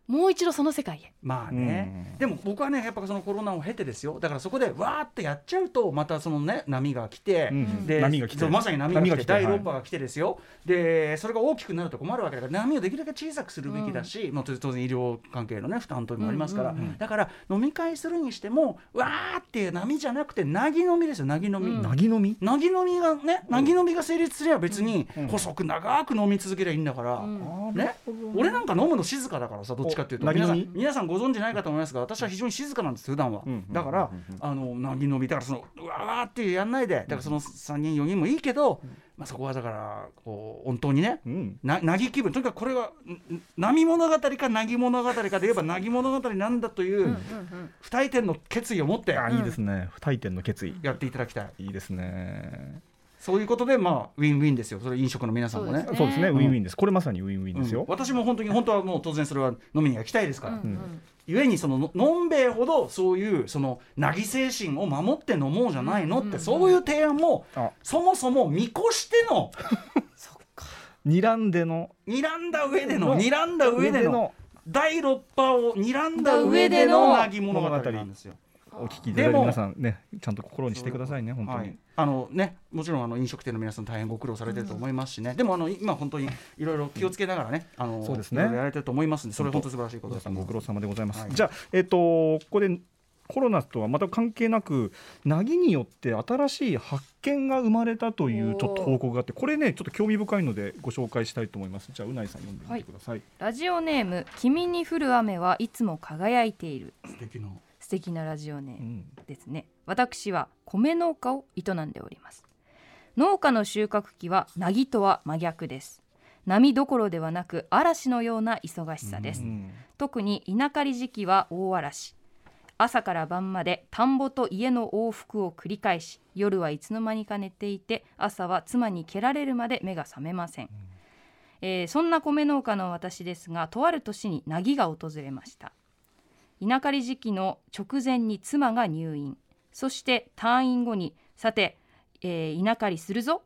もう一度その世界へ、まあね。うんでも僕はねやっぱそのコロナを経てですよだからそこでわーってやっちゃうとまたそのね波が来て、うんで波が来てそうまさに波が来て波が来て第6波が来てですよ、でそれが大きくなると困るわけだから波をできるだけ小さくするべきだし、まあ、当当然医療関係の、ね、負担というのもありますから、うんうんうんだから飲み会するにしてもわーっていう波じゃなくてなぎ飲みですよなぎ飲み。うんなぎのみ。なぎ飲みがね、なぎ飲みが成立すれば別にうん細く長く飲み続けりゃいいんだから、うんね、俺なんか飲むの静かだからさどっちかっていうとお皆さなぎん飲皆さんご存知ないかと思いますが私は非常に静かなんです普段は、うんだから、うんあのなぎ飲みだからそのうわーってやんないでだからその3人4人もいいけど、まあ、そこはだからこう本当にねうん。ななぎ気分とにかくこれがんん波物語かなぎ物語かで言えばなぎ物語なんだという二重点の決意を持ってあいいですね。不退転の決意。やっていただきたいいいですね。そういうことでまあウィンウィンですよそれ飲食の皆さんもねそうそうですね。うウんィンウィンです。これまさにウィンウィンですうんよ。私も本当に本当はもう当然それは飲みには行きたいですから、うんゆえにそのののんべえほどそういうそのなぎ精神を守って飲もうじゃないのって、そういう提案もあそもそも見越しての睨んでの睨んだ上でのの睨んだ上での第6波を睨んだ上でのなぎ物語なんですよ。お聞きいただいでたも皆さんね、ちゃんと心にしてくださいね。本当はにい。、あのねもちろんあの飲食店の皆さん大変ご苦労されてると思いますしね、でもあの今本当にいろいろ気をつけながらね、あのそうですねいろいろやられてると思いますんでそれ本当に素晴らしいことだと皆さん思いごま苦す労様でございます。はいじゃあえっ、とここでコロナとはまた関係なくなぎによって新しい発見が生まれたというちょっと報告があってこれねちょっと興味深いのでご紹介したいと思いますじゃあうないさん読んでみてください、ラジオネーム「君に降る雨はいつも輝いている素敵な」素敵なラジオネーうムん、ですね私は米農家を営んでおります農家の収穫期は凪とは真逆です波どころではなく嵐のような忙しさです、うん特に稲刈り時期は大嵐朝から晩まで田んぼと家の往復を繰り返し夜はいつの間にか寝ていて朝は妻に蹴られるまで目が覚めません、えーそんな米農家の私ですがとある年に凪が訪れました稲刈り時期の直前に妻が入院そして退院後にさて、えー稲刈りするぞ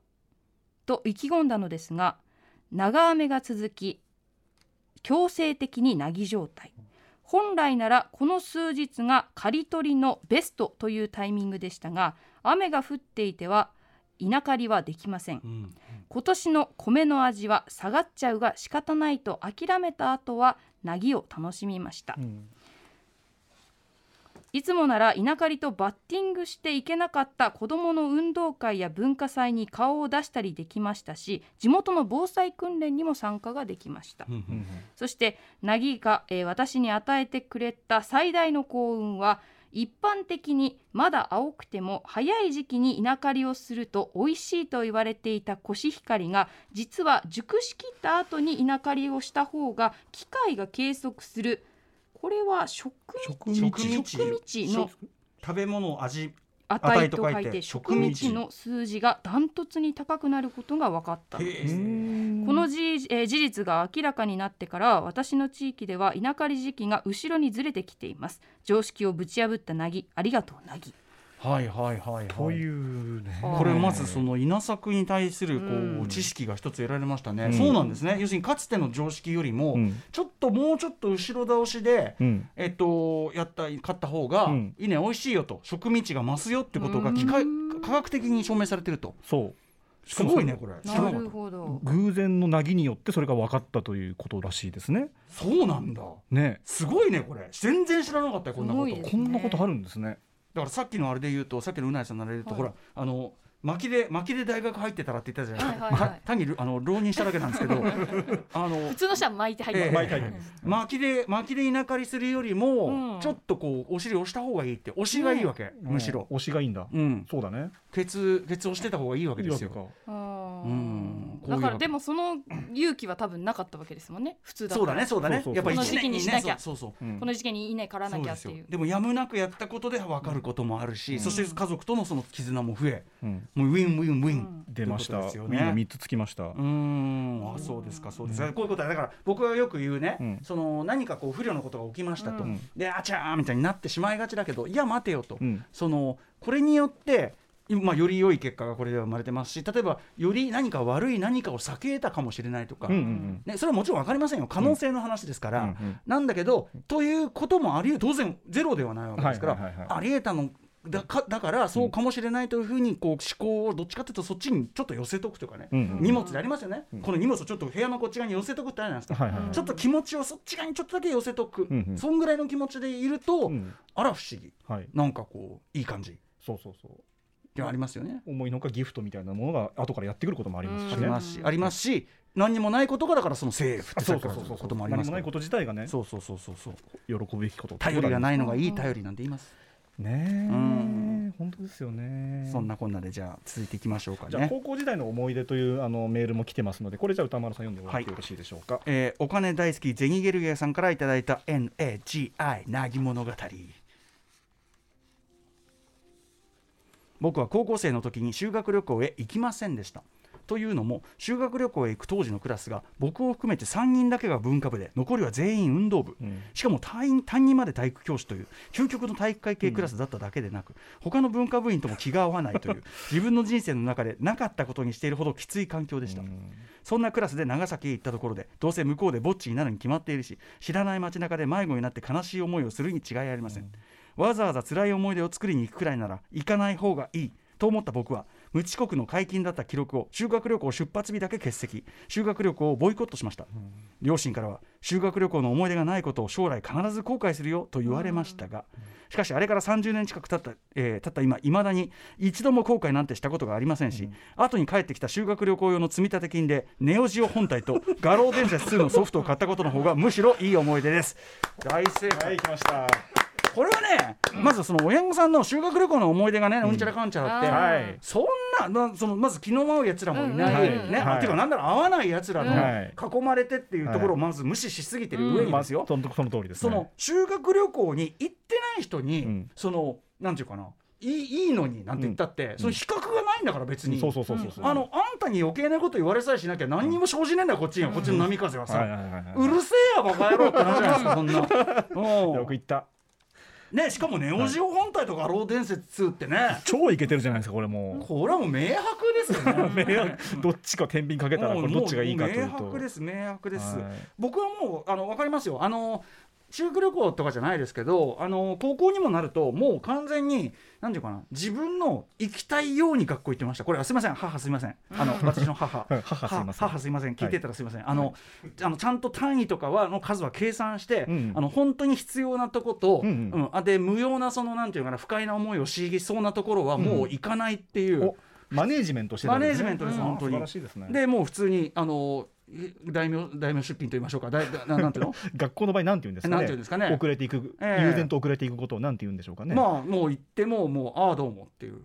と意気込んだのですが長雨が続き強制的になぎ状態本来ならこの数日が刈り取りのベストというタイミングでしたが雨が降っていては稲刈りはできませんうん今年の米の味は下がっちゃうが仕方ないと諦めた後はなぎを楽しみましたうんいつもなら稲刈りとバッティングしていけなかった子どもの運動会や文化祭に顔を出したりできましたし地元の防災訓練にも参加ができましたうんううんんそして凪が、えー私に与えてくれた最大の幸運は一般的にまだ青くても早い時期に稲刈りをすると美味しいと言われていたコシヒカリが実は熟しきった後に稲刈りをした方が機械が計測するこれは食食味味食味値の食べ物味値と書い値と書いてて食味値の数字がダントツに高くなることが分かったのへうえんこの事,、えー事実が明らかになってから私の地域では稲刈り時期が後ろにずれてきています常識をぶち破ったなぎありがとうなぎはいはいはいとはいいうねこれまずその稲作に対するこううん知識が一つ得られましたね、うんそうなんですね要するにかつての常識よりもうんちょっともうちょっと後ろ倒しで、うんえっと、やった買った方がうん稲美味しいよと食味値が増すよってことが機械科学的に証明されてるとそうすごいねこれ知らななかっるほど偶然のなぎによってそれが分かったということらしいですねたそうなんだねすごいねこれ全然知らなかったよこんなこすごといですこんなことあるんですねだからさっきのあれで言うとさっきのうなやさんのあれで言うと、ほらあの巻きで巻きで大学入ってたらって言ったじゃないですか、はいはいはいた単にあの浪人しただけなん ですけどあの普通の人は巻いて入ってええる、毎回巻きで巻きで稲刈りするよりも、うんちょっとこうお尻押した方がいいって押しがいいわけ、むしろ、推しがいいんだうん、そうだねケツケツをしてた方がいいわけいいでわすけよかあーうんこうだいうわけからでもその勇気は多分なかったわけですもんね普通だそっうただらねそうだねそうそうそうやっぱりこの一時期年ににしなきゃねそうそうそううんこの時期に稲刈らなそうきゃでっすてよいうでもやむなくやったことで分かることもあるし、うんそして家族とのその絆も増えうんもうウィンウィンウィン、うん出ましとたいウうことですィよンねが三つつきましたうーんあそうですかそうですか、こういうことはだから僕がよく言うね、うんその何かこう不慮のことが起きましたと、うんであちゃーみたいになってしまいがちだけどいや待てよと、うんそのこれによってまあ、より良い結果がこれでは生まれてますし例えばより何か悪い何かを避けたかもしれないとか、うんうんね、それはもちろん分かりませんよ可能性の話ですから、うんうんうんなんだけどということもあり得当然ゼロではないわけですから、はいはいはいはいあり得たのだかだからそうかもしれないというふうにこう思考をどっちかというとそっちにちょっと寄せとくというかね、うんうん荷物でありますよね、うんこの荷物をちょっと部屋のこっち側に寄せとくってあるじゃないですか、はいはいはいちょっと気持ちをそっち側にちょっとだけ寄せとく、うんうんそんぐらいの気持ちでいると、うんあら不思議はいなんかこういい感じそうそうそうではありますよね。思いのほかギフトみたいなものが後からやってくることもありますしあねりますし、ありますし何にもないことがだからそのセーフってさそっうきかそうらそうそうこともありますか何もないらこと自体がねそうそうそうそうそう喜ぶべきこと頼りがないいのがいい頼りなんて言います、ねえうん本当ですよねそんなこんなでじゃあ続いていきましょうかじゃあね高校時代の思い出というあのメールも来てますのでこれじゃあ歌丸さん読んでもらってよろしいでしょうか、えーお金大好きゼニゲルゲーさんからいただいた NAGI なぎ物語僕は高校生の時に修学旅行へ行きませんでしたというのも修学旅行へ行く当時のクラスが僕を含めて3人だけが文化部で残りは全員運動部、うんしかも隊員担任まで体育教師という究極の体育会系クラスだっただけでなく、他の文化部員とも気が合わないと いう自分の人生の中でなかったことにしているほどきつい環境でした、そんなクラスで長崎へ行ったところでどうせ向こうでぼっちになるに決まっているし知らない街中で迷子になって悲しい思いをするに違いありません、わざわざ辛い思い出を作りに行くくらいなら行かない方がいいと思った僕は無遅刻の解禁だった記録を修学旅行出発日だけ欠席修学旅行をボイコットしました、両親からは修学旅行の思い出がないことを将来必ず後悔するよと言われましたが、しかしあれから30年近く経った,、えー経った今いまだに一度も後悔なんてしたことがありませんし、後に帰ってきた修学旅行用の積立金でネオジオ本体と画廊伝説2のソフトを買ったことの方がむしろいい思い出です大正解はい来ましたこれはね、まずその親御さんの修学旅行の思い出がね、うんちゃらかんちゃらって、はいそんななそのまず気の合うやつらもいない、うんうんうんね、はいていうかなんなら合わないやつらはいの囲まれてっていうところをまず無視しすぎてる上にですよ、まあそのその通りですそねの修学旅行に行ってない人に、うんそのなんていうかないいいいのになんて言ったって、その比較がないんだから別に、そうそうそうそうそうあのあんたに余計なこと言われさえしなきゃ何にも生じねえんだよこっちにはこっちの波風はさ、はいはいはいはいうるせえやバカ野郎って話じゃないですか そんな。うんよく言ったね、しかもネオジオ本体とか「ロー伝説2」ってね、超イケてるじゃないですかこれもこれはもう明白ですよ ねうどっちか天秤かけたらこれどっちがいいかといもううもう明白とです明白です、はい僕はもうあの分かりますよあの修学旅行とかじゃないですけどあの高校にもなるともう完全に何ていうかな自分の行きたいように学校行ってましたこれはすいません母すいませんあの私の母はい母すいませんは母すいません聞いてたらすいません、あのあのちゃんと単位とかはの数は計算して、うんあの本当に必要なとこと、ううんんうんあで無用なそのなんていうかな不快な思いをしそうなところはもう行かないっていう、おマネージメントしてたんですねマネージメントですうん本当に素晴らしいですねでもう普通にあのえ大名大名出勤と言いましょうか大ななんていうの、 学校の場合なんて言うんですかねなんて言うんですかね遅れていく、ええ悠然と遅れていくことをなんて言うんでしょうかねまあもう行ってももうああどうもっていう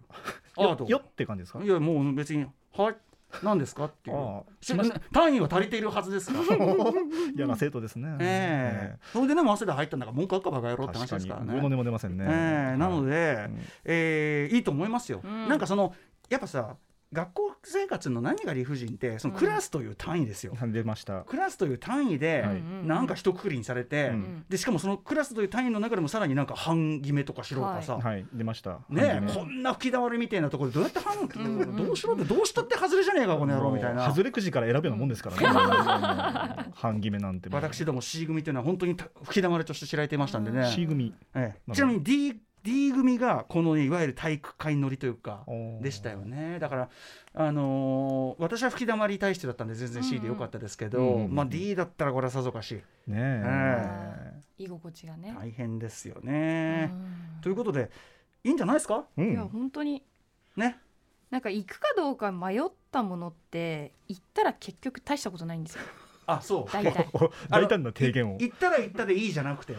ああどうよもって感じですかいやもう別にはい何ですかっていう ああし単位は足りているはずですから嫌な生徒ですね、ええそれでねもう汗で入ったんだから文句あっかバカ野郎って確話かですにからどねの根も出ませんね、ええなので、で、うんええいいと思いますよ、うんなんかそのやっぱさ学校生活の何が理不尽ってそのクラスという単位ですよ、出ましたクラスという単位で、はいなんか一括りにされて、うんでしかもそのクラスという単位の中でもさらになんか半決めとかしろとかさ、はい出ましたねはいこんな吹きだわりみたいなところでどうやって半、どうしろってどうしたって外れじゃねえかこの野郎みたいな。外れくじから選ぶようなもんですからねもう半決めなんてもう私ども C 組というのは本当にた吹きだまりとして知られていましたんでね、 C 組ええなるほどちなみに D, D 組がこの、ね、いわゆる体育会乗りというかおーでしたよねだから、あのー私は吹きだまり体質だったんで全然 C でよかったですけど、うんうんうんまあ、D だったらこれはさぞかしねえ、え居心地がね、大変ですよねう。んということでいいんじゃないですかういんや本当にねなんか行くかどうか迷ったものって行ったら結局大したことないんですよあそう大体お大胆な提言を行ったら行ったでいいじゃなくて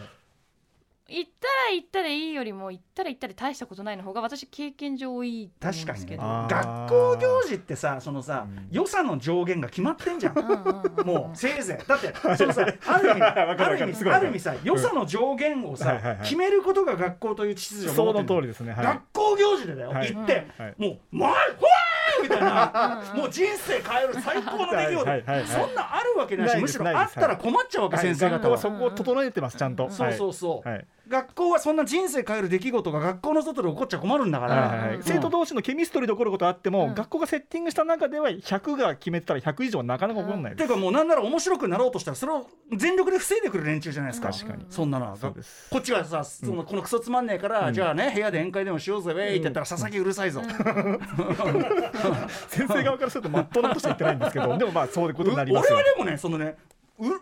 行ったら行ったでいいよりも行ったら行ったで大したことないの方が私経験上多いと思う確んかですにけねどあ学校行事ってさそのさ、うん予算の上限が決まってんじゃん うんうんうんうんもうせいぜいだってそのさある意味わかあるわるか意る味すごいわあかるる意味さ予算の上限をさ、はいはいはい決めることが学校という秩序をそ持っのて通るりですねはい学校行事でだよ、はい行って、はいもう「まあほえー!」みたいなもう人生変える最高の出来事、はいはいはいそんなあるわけないしないですむしろないあでっすたら困っちゃうわけ、先生学方校はは。そこを整えてますちゃんとそうそうそう、はい学校はそんな人生変える出来事が学校の外で起こっちゃ困るんだから、はいはいはいうん生徒同士のケミストリーで起こることあっても、うん学校がセッティングした中では100が決めてたら100以上はなかなか起こらないてでいうかもうなんなら面白くなろうとしたらそれを全力で防いでくる連中じゃないですか確かにそんなのはそうですこっちがさそのこのクソつまんねえから、じゃあね部屋で宴会でもしようぜウェイって言ったら佐々木うるさいぞ、す、先生側からするとまっとうなことしか言ってないんですけどでもまあそういうことうにな俺りますよはでもねそのねうう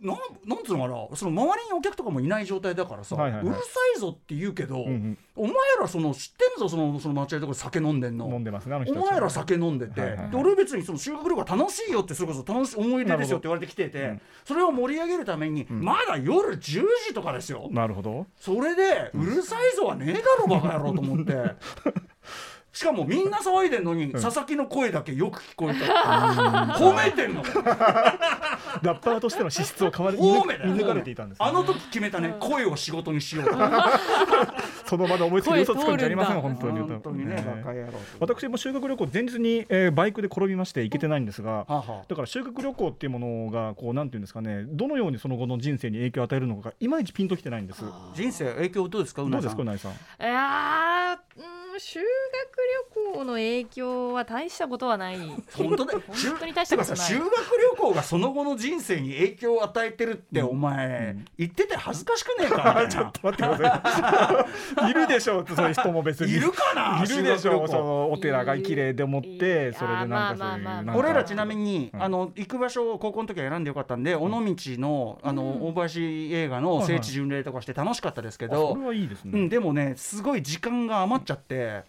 なんなんつうのかなその周りにお客とかもいない状態だからさ、はいはいはいるうさいぞって言うけど、んうんお前らその知ってんぞそのその街のとこで酒飲んでんの飲んでますねあの人おたちは前ら酒飲んでて、はいはいはいで俺別にその修学旅行が楽しいよってそれこそ楽しい思い出ですよって言われてきてて、それを盛り上げるために、まだ夜10時とかですよ、なるほどそれでうるさいぞはねえだろバカ野郎と思って しかもみんな騒いでんのに、佐々木の声だけよく聞こえて褒めてんのラッパーとしての資質を変わり見褒めだよ抜見抜かれていたんですねあの時決めたね声を仕事にし ようとその場で思いつき嘘つくんじゃありませ声ん本当に本当にねええバカ野郎私も修学旅行前日に、えーバイクで転びまして行けてないんですが、はあはあだから修学旅行っていうものがこうなんていうんですかねどのようにその後の人生に影響を与えるのかがいまいちピンときてないんですど人生影響どうですかううなでさすんかうないさんいやーうん修学学旅行の影響は大したことはない。本当だよ本当に大したことなてかさい修学旅行がその後の人生に影響を与えてるってお前、言ってて恥ずかしくねえ かみたいな待ってくださ いいるでしょうそういう人も別にいるかないるでし修ょ学旅うそ行のお寺が綺麗でもっいてるそれでなんかそういうあーまあまあまあなんか俺らちなみに、うんあの行く場所を高校の時は選んでよかったんで、尾道のあの、大林映画の聖地巡礼とかして楽しかったですけあど、それはいいですうん、ねでもねすごい時間が余っちゃって、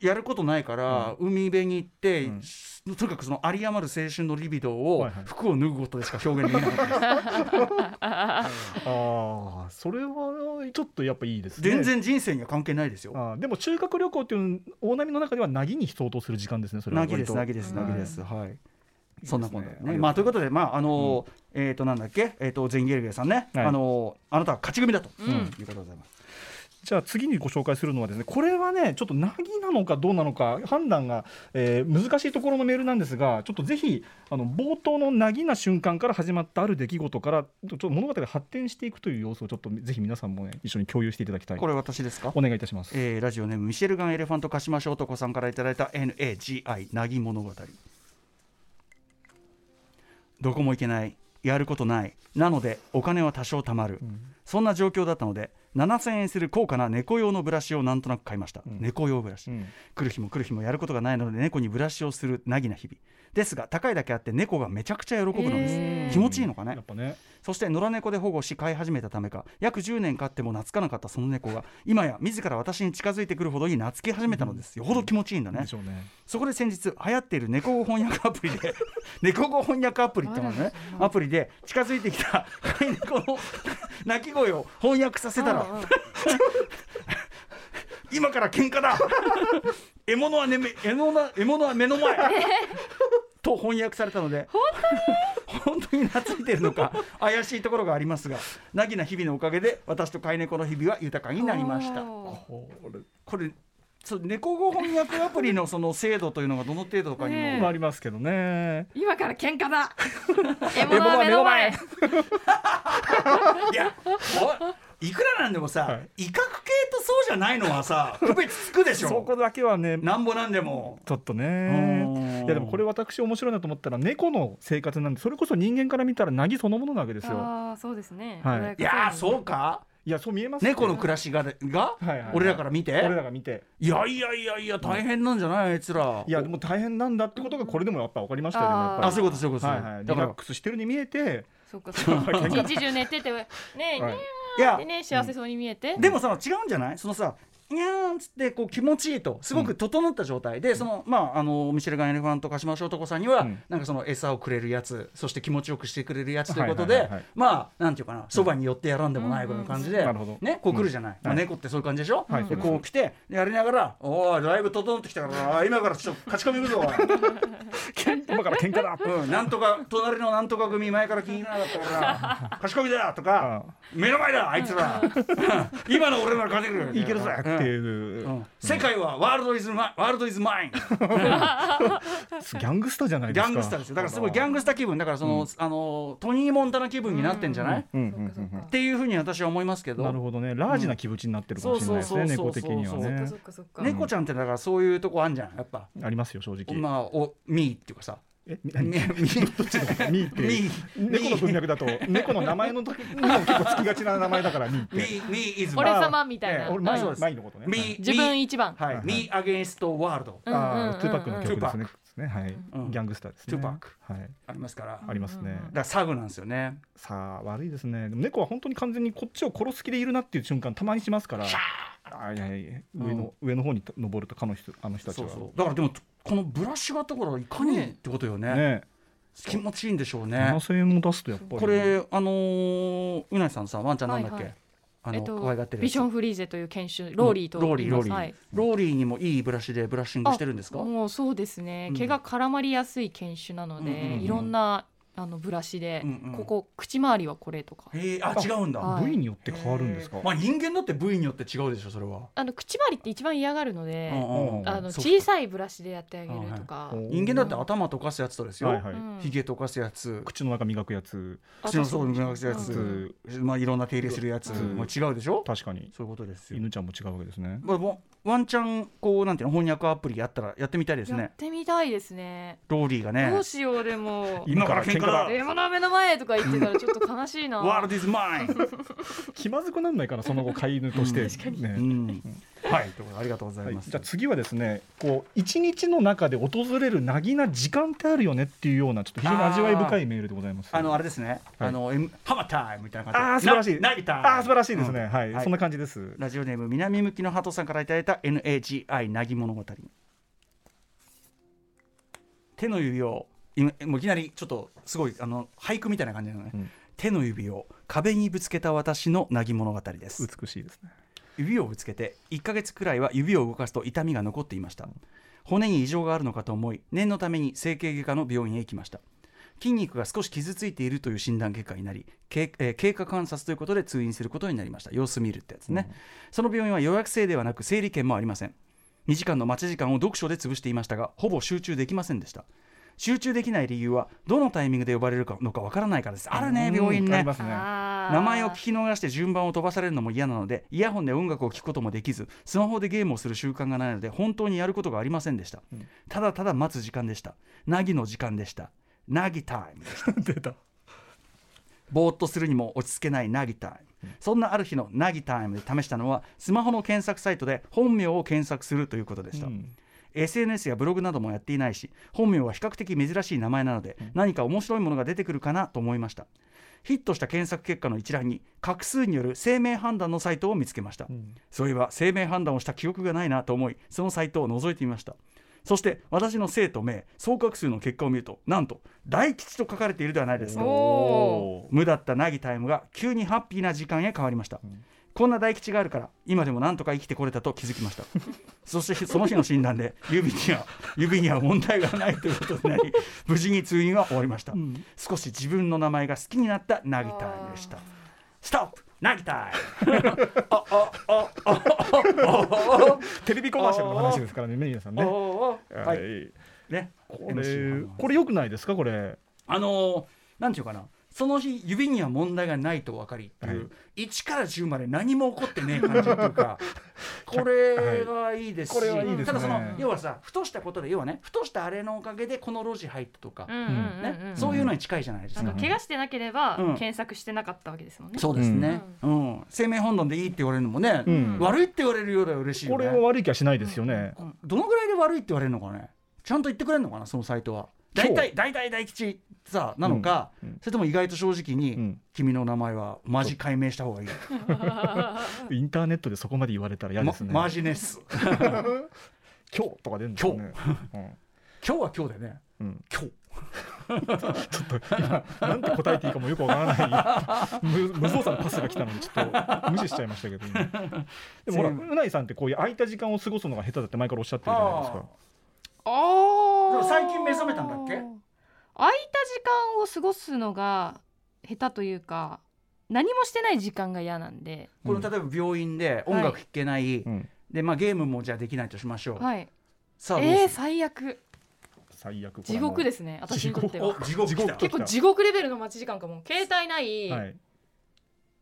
やることないから、海辺に行って、とにかくその有り余る青春のリビドーをはいはい服を脱ぐことでしか表現できなかった ですああそれはちょっとやっぱいいですね全然人生には関係ないですよ。あーでも修学旅行っていう大波の中では凪に相当する時間ですねそれはなぎです、なぎです、なぎです。はい。そんなことね。まあということで、まああのーえっとなんだっけ、えっとゼンゲルゲさんね、はいあのーあなたは勝ち組だということでございます。じゃあ次にご紹介するのはですねこれはねちょっと凪なのかどうなのか判断が、えー難しいところのメールなんですがちょっとぜひあの冒頭の凪な瞬間から始まったある出来事からちょっと物語が発展していくという様子をちょっとぜひ皆さんもね一緒に共有していただきたいこれ私ですか？お願いいたしますえーラジオネームミシェルガンエレファントカシマシ男さんからいただいた NAGI なぎ物語どこも行けないやることないなのでお金は多少貯まる、そんな状況だったので7000円する高価な猫用のブラシをなんとなく買いました、猫用ブラシ、うん来る日も来る日もやることがないので猫にブラシをするなぎな日々ですが高いだけあって猫がめちゃくちゃ喜ぶのです、気持ちいいのかねやっぱねそして野良猫で保護し飼い始めたためか約10年飼っても懐かなかったその猫が今や自ら私に近づいてくるほどに懐き始めたのですよほど気持ちいいんだねでしょうねそこで先日流行っている猫語翻訳アプリで 猫語翻訳アプリってのねアプリで近づいてきた飼い猫の鳴き声を翻訳させたら今から喧嘩だ 獲物は,、ね、め獲物は獲物は目の 前と翻訳されたので本当に懐いてるのか怪しいところがありますがなぎな日々のおかげで私と飼い猫の日々は豊かになりましたこれこれそう猫語翻訳アプリのその精度というのがどの程度かにねえも、ありますけどね今から喧 嘩だ。獲物は目の前。いやおいくらなんでもさ、は威嚇系とそうじゃないのはさ区別つくでしそょこだけはねなんぼなんでもちょっとうねんいやでもこれ私面白いなと思ったら猫の生活なんでそれこそ人間から見たら凪そのものなわけですよああ、そうですね。はいいやーそうかいやそう見えますよ猫の暮らしがが、いはいはい俺らから見て俺らが見ていやいやいやいや大変なんじゃないあいつらいやでも大変なんだってことがこれでもやっぱ分かりましたよねあーやっぱりあそういうことそういうこと、はいはい、だリかラらックスしてるに見えて、そう かそうか。喧嘩一日中寝てて、ねえ、はいねいやえ、ねえ、幸せそうに見えて。でもさ違うんじゃないそのさにゃーんっつってこう気持ちいいとすごく整った状態で、そのまああのミシェルガン・エレファントカシマショウトコさんには、うんなんかその餌をくれるやつそして気持ちよくしてくれるやつということで、はいはいはいはいまあなんていうかなそばに寄ってやらんでもないぐらいの感じで、うんなるほどねこう来るじゃない、まあ、はい猫ってそういう感じでしょ、はいでこう来てでやりながら「おーだいぶ整ってきたからあー今からちょっと勝ち込み行くぞ」今から喧嘩だうん、なんとか隣のなんとか組前から気に入らなかった から賢いだとか目の前だあいつら今の俺なら勝てるいけるぜっていう、うん世界はワールドイズマワールドイズマインギギャングスターじゃないですかャングスターですよだからすごいギャングスター気分だからその、あのトニー・モンタナ気分になってんじゃない、うんうんうんっていうふうに私は思いますけどなるほどねラージな気持ちになってるかもしれないですね、うん猫的にはそうそうねそっかそっか。猫ちゃんってだからそういうとこあんじゃんやっぱ、ありますよ正直、まあおミーっていうかさえミみーミーってミー猫の文脈だと猫の名前の時にも結構つきがちな名前だからミーってミーミーイズ俺マ様みたいな。俺まあ前そうです前のことねミはいー自分一番。はい、ミー・アゲンスト・ワールドうんうんあうーんトゥーパックの曲ですねはい、うんギャングスターですねトゥーパックはいありますから、ありますね、だからサグなんですよね。さあ悪いですねでも猫は本当に完全にこっちを殺す気でいるなっていう瞬間たまにしますからあいやいや上の、上の方に登るとかの人あの人たちそはうそう。だからでもこのブラシ型からいかにってことよね。ね気持ちいいんでしょうね。 7000円も出すとやっぱりこれあのーうないさんさワンちゃんなんだっけ？はいはいあの、えっと可愛がってるやつビションフリーゼという犬種ローリーとローリー言いローリますー、はいローリーにもいいブラシでブラッシングしてるんですか？もうそうですねうん毛が絡まりやすい犬種なので、うんうんうんいろんなあのブラシで、うんうんここ口周りはこれとかへえあ違うんだ、はい部位によって変わるんですかへーまあ人間だって部位によって違うでしょそれは、あの口周りって一番嫌がるので、んうんあのそうか小さいブラシでやってあげるとか、はい人間だって頭溶かすやつとですよ、はいはいうんひげ溶かすやつ口の中磨くやつあ口の底に磨くやうつ、まあ、いろんな手入れするやつ、うんまあ、違うでしょ確かにそういうことですよ、犬ちゃんも違うわけですねまあ、もうワンチャンこうなんていうの翻訳アプリやったらやってみたいですやねってみたいですねローリーがねどうしようでも今から喧嘩だ電話の目の前とか言ってたらちょっと悲しいなワールド is mine! 気まずくなんないからその後飼い犬として、ねうんはい、ということでありがとうござはいい、ます。じゃあ次はですねこう一日の中で訪れるなぎな時間ってあるよねっていうようなちょっと非常に味わい深いメールでございますあのあれですね、はいあの、M、ハマタイムみたいな感あーじ素で晴らしいな投げたあー素晴らしいですね、うんはい、はいそんな感じですラジオネーム南向きのハトさんからいただいた NHI なぎ物語手の指を今もういきなりちょっとすごいあの俳句みたいな感じなのね、うん手の指を壁にぶつけた私のなぎ物語です美しいですね指をぶつけて1ヶ月くらいは指を動かすと痛みが残っていました骨に異常があるのかと思い念のために整形外科の病院へ行きました筋肉が少し傷ついているという診断結果になり、けえー経過観察ということで通院することになりました様子見るってやつね、その病院は予約制ではなく整理券もありません2時間の待ち時間を読書で潰していましたがほぼ集中できませんでした集中できない理由はどのタイミングで呼ばれるかのかわからないからですあるねうん病院あねりますね名名前を聞き逃して順番を飛ばされるのも嫌なのでイヤホンで音楽を聴くこともできずスマホでゲームをする習慣がないので本当にやることがありませんでした、ただただ待つ時間でしたなぎの時間でしたなぎタイムでした ぼーっとするにも落ち着けないなぎタイム、そんなある日のなぎタイムで試したのはスマホの検索サイトで本名を検索するということでした、うん SNS やブログなどもやっていないし本名は比較的珍しい名前なので、何か面白いものが出てくるかなと思いましたヒットした検索結果の一覧に画数による姓名判断のサイトを見つけました、そういえば姓名判断をした記憶がないなと思いそのサイトを覗いてみましたそして私の姓と名総画数の結果を見るとなんと大吉と書かれているではないですかお無だったなぎタイムが急にハッピーな時間へ変わりました、こんな大吉があるから今でもなんとか生きてこれたと気づきましたそしてその日の診断で指には指には問題がないということになり無事に通院は終わりました、少し自分の名前が好きになったなぎタイムでしたストップなぎタイテレビコマーシャルの話ですからねメイヤさんムねおおおははいいねこ MC れのこれ良くないですかこれあのーなんていうかなその日指には問題がないと分かりっていう、1から10まで何も起こってねえ感じっていう かこれはいいですし、これはいいですねただその要はさふとしたことで要はねふとしたあれのおかげでこの路地入ったとか、うんうんうんねうんそういうのに近いじゃないですか。なんか怪我してなければうん検索してなかったわけですもんね。そうですね、うん生命本能でいいって言われるのもね、うん悪いって言われるようでは嬉しいよこねれも悪い気はしないですよね、どのぐらいで悪いって言われるのかねちゃんと言ってくれるのかなそのサイトはそ大う体大体大吉さなのか、うんうんそれとも意外と正直に、うん君の名前はマジ解明した方がいい、インターネットでそこまで言われたら嫌ですね、まマジネス今日とか出るんですよね今今日は今日でね日、うんうん、今日ちょっと今なんて答えていいかもよくわからない無無造作なパスが来たのでちょっと無視しちゃいましたけど、ね、でもほらうないさんってこういう空いた時間を過ごすのが下手だって前からおっしゃってるじゃないですかあーでも最近目覚めたんだっけ空いた時間を過ごすのが下手というか何もしてない時間が嫌なんで、この例えば病院で音楽聴けない、うんでまあ、ゲームもじゃあできないとしましょう、はい、さあどうえー、す最悪最悪地獄ですすね私にとってるおは地獄来た結構地獄レベルの待ち時間かも携帯ない、はい、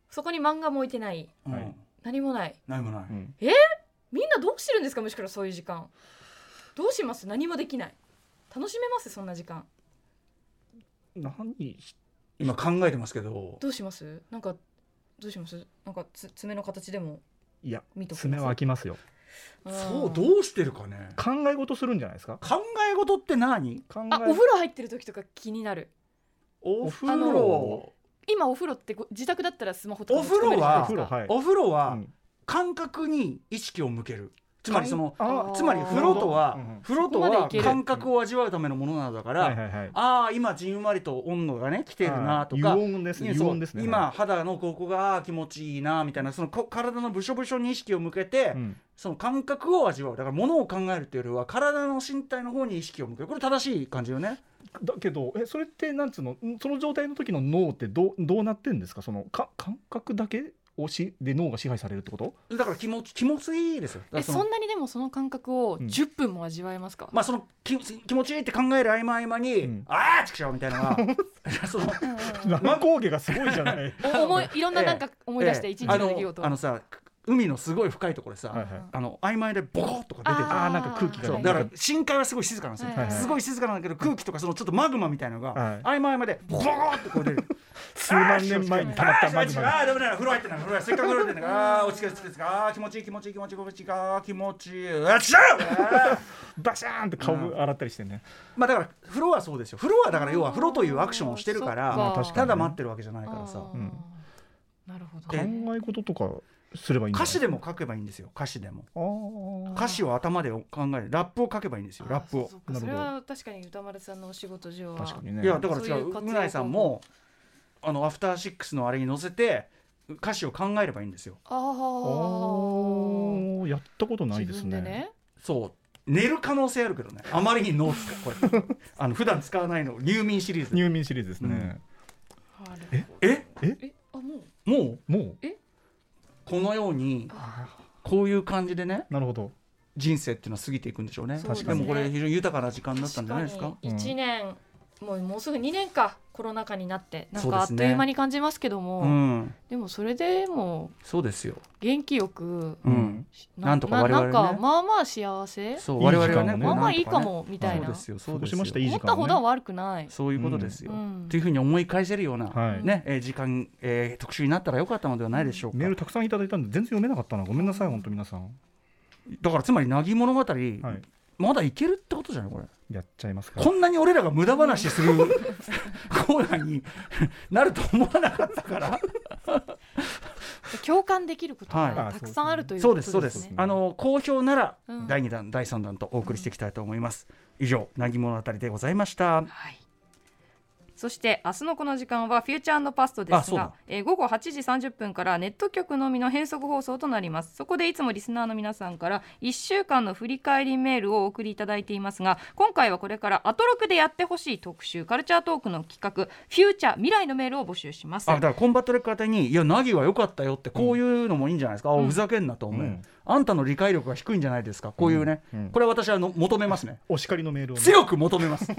そこに漫画も置いてないうんはい何もないないもない、うん、みんなどうしてるんですかむしろそういう時間どうします何もできない楽しめますそんな時間何今考えてますけどどうしますなんかどうしますなんかつ爪の形でもいや見ときます爪は開きますよそううどうしてるかね考え事するんじゃないですか考え事って何考あおえ風呂入ってる時とか気になるお風あ呂の今お風呂ってご自宅だったらスマホとかお風呂はお風呂はいお風呂は、うん感覚に意識を向けるつまりそのあつまり風呂とはうん風呂とそこまでいはける感覚を味わうためのものなのだから、はいはいはいああ今じんわりと温度がね来てるなとか油温ですそねう油温ですね今肌のここがあー気持ちいいなみたいなそのこ体のぶしょぶしょに意識を向けて、うんその感覚を味わうだから物を考えるというよりは体の身体の方に意識を向けるこれ正しい感じよねだけどえそれってなんつうのんその状態の時の脳ってどうどうなってんですかそのか感覚だけをしで脳が支配されるってことだから気持ち気持ちいいですよだからえそのそんなにでもその感覚をうん10分も味わえますか、まあその気気持ちいいって考える合間合間に、うんああちくしょうみたいなのが その生工芸がすごい じゃないお思いいろんななんか思い出してええ一日の出来事を、あのあのさ海のすごい深いところでさ、はいはいあの曖昧でボコッとか出てるあーなんか空気がそうねだから深海はすごい静かなんですよ、はいはいすごい静かなんだけど空気とかそのちょっとマグマみたいなのが、はい曖昧までボコッとこう出る数万年前にたまったマグマあがあーダメだ風呂入ってない風呂入ってないせっかく風呂入ってないああー落ち着け落ち着け落ち着けああ気持ちいい気持ちいい気持ちいい気持ちいいあー気持ちいいあっしゃーバシャーンって顔洗ったりしてねまあだから風呂はそうですよ風呂はだから要は風呂というアクションをしてるかあらーまあ確かたにねだ待ってるわけじゃないからさあーうんなるほど考ねえ事とかすればいいんだ歌詞でも書けばいいんですよ歌詞でもあー歌詞を頭で考えるラップを書けばいいんですよラップあをそっかなるほどそれは確かに歌丸さんのお仕事上は確かにねいやだからそう違いうう活用うなえさんもあのアフターシックスのあれに載せて歌詞を考えればいいんですよああーーやったことないで自す分でねねそう寝る可能性あるけどねあまりに脳使うこれ あの普段使わないの入眠シリーズ入眠シリーズですね、あれええあもうもうもうこのようにこういう感じでねなるほど人生っていうのは過ぎていくんでしょうねそうですねでもこれ非常に豊かな時間だったんじゃないですか確に一年、もうもうすぐ二年かコロナ禍になってなんそうかであっすとねいう間に感じますけども、うんでもそれでもそうですよ元気よくうん、なんとか我々ねなんかまあまあ幸せそういい我々はね時間をねまあまあいいかなんともみたいかねな、そうですよそう過でごすしよましたいい思っ時た間ほをどはね悪くない、そういうことですよ、うんというふうに思い返せるような、はいねえー時間、えー特集になったらよかったのではないでしょうかメールたくさんいただいたんで全然読めなかったなごめんなさい本当皆さん、だからつまり「なぎ物語」はい、まだいけるってことじゃないこれやっちゃいますかこんなに俺らが無駄話する コーナーに なると思わなかったから共感できることはがいたくさんあるというそこうでとですすねそうですねあの好評なら、うん第2弾第3弾とお送りしていきたいと思います以上「なぎ物語」でございましはたい。そして明日のこの時間はフューチャーパストであすそうだが、えー午後8時30分からネット局のみの変則放送となりますそこでいつもリスナーの皆さんから1週間の振り返りメールをお送りいただいていますが今回はこれからアトロクでやってほしい特集カルチャートークの企画フューチャー未来のメールを募集しますあだからコンバットレック宛てに「いやなぎは良かったよ」ってこういうのもいいんじゃないですか、あふざけんなと思う、うんあんたの理解力が低いんじゃないですかこういうね、うんうんこれは私はの求めますねお叱りのメールをね、強く求めます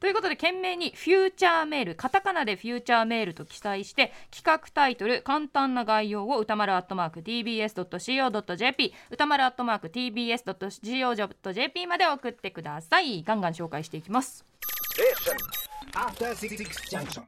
ということで懸命に「フューチャーメール」カタカナで「フューチャーメール」と記載して企画タイトル簡単な概要を歌丸アットマーク TBS.CO.JP 歌丸アットマーク TBS.CO.JP まで送ってくださいガンガン紹介していきます After Six Junction.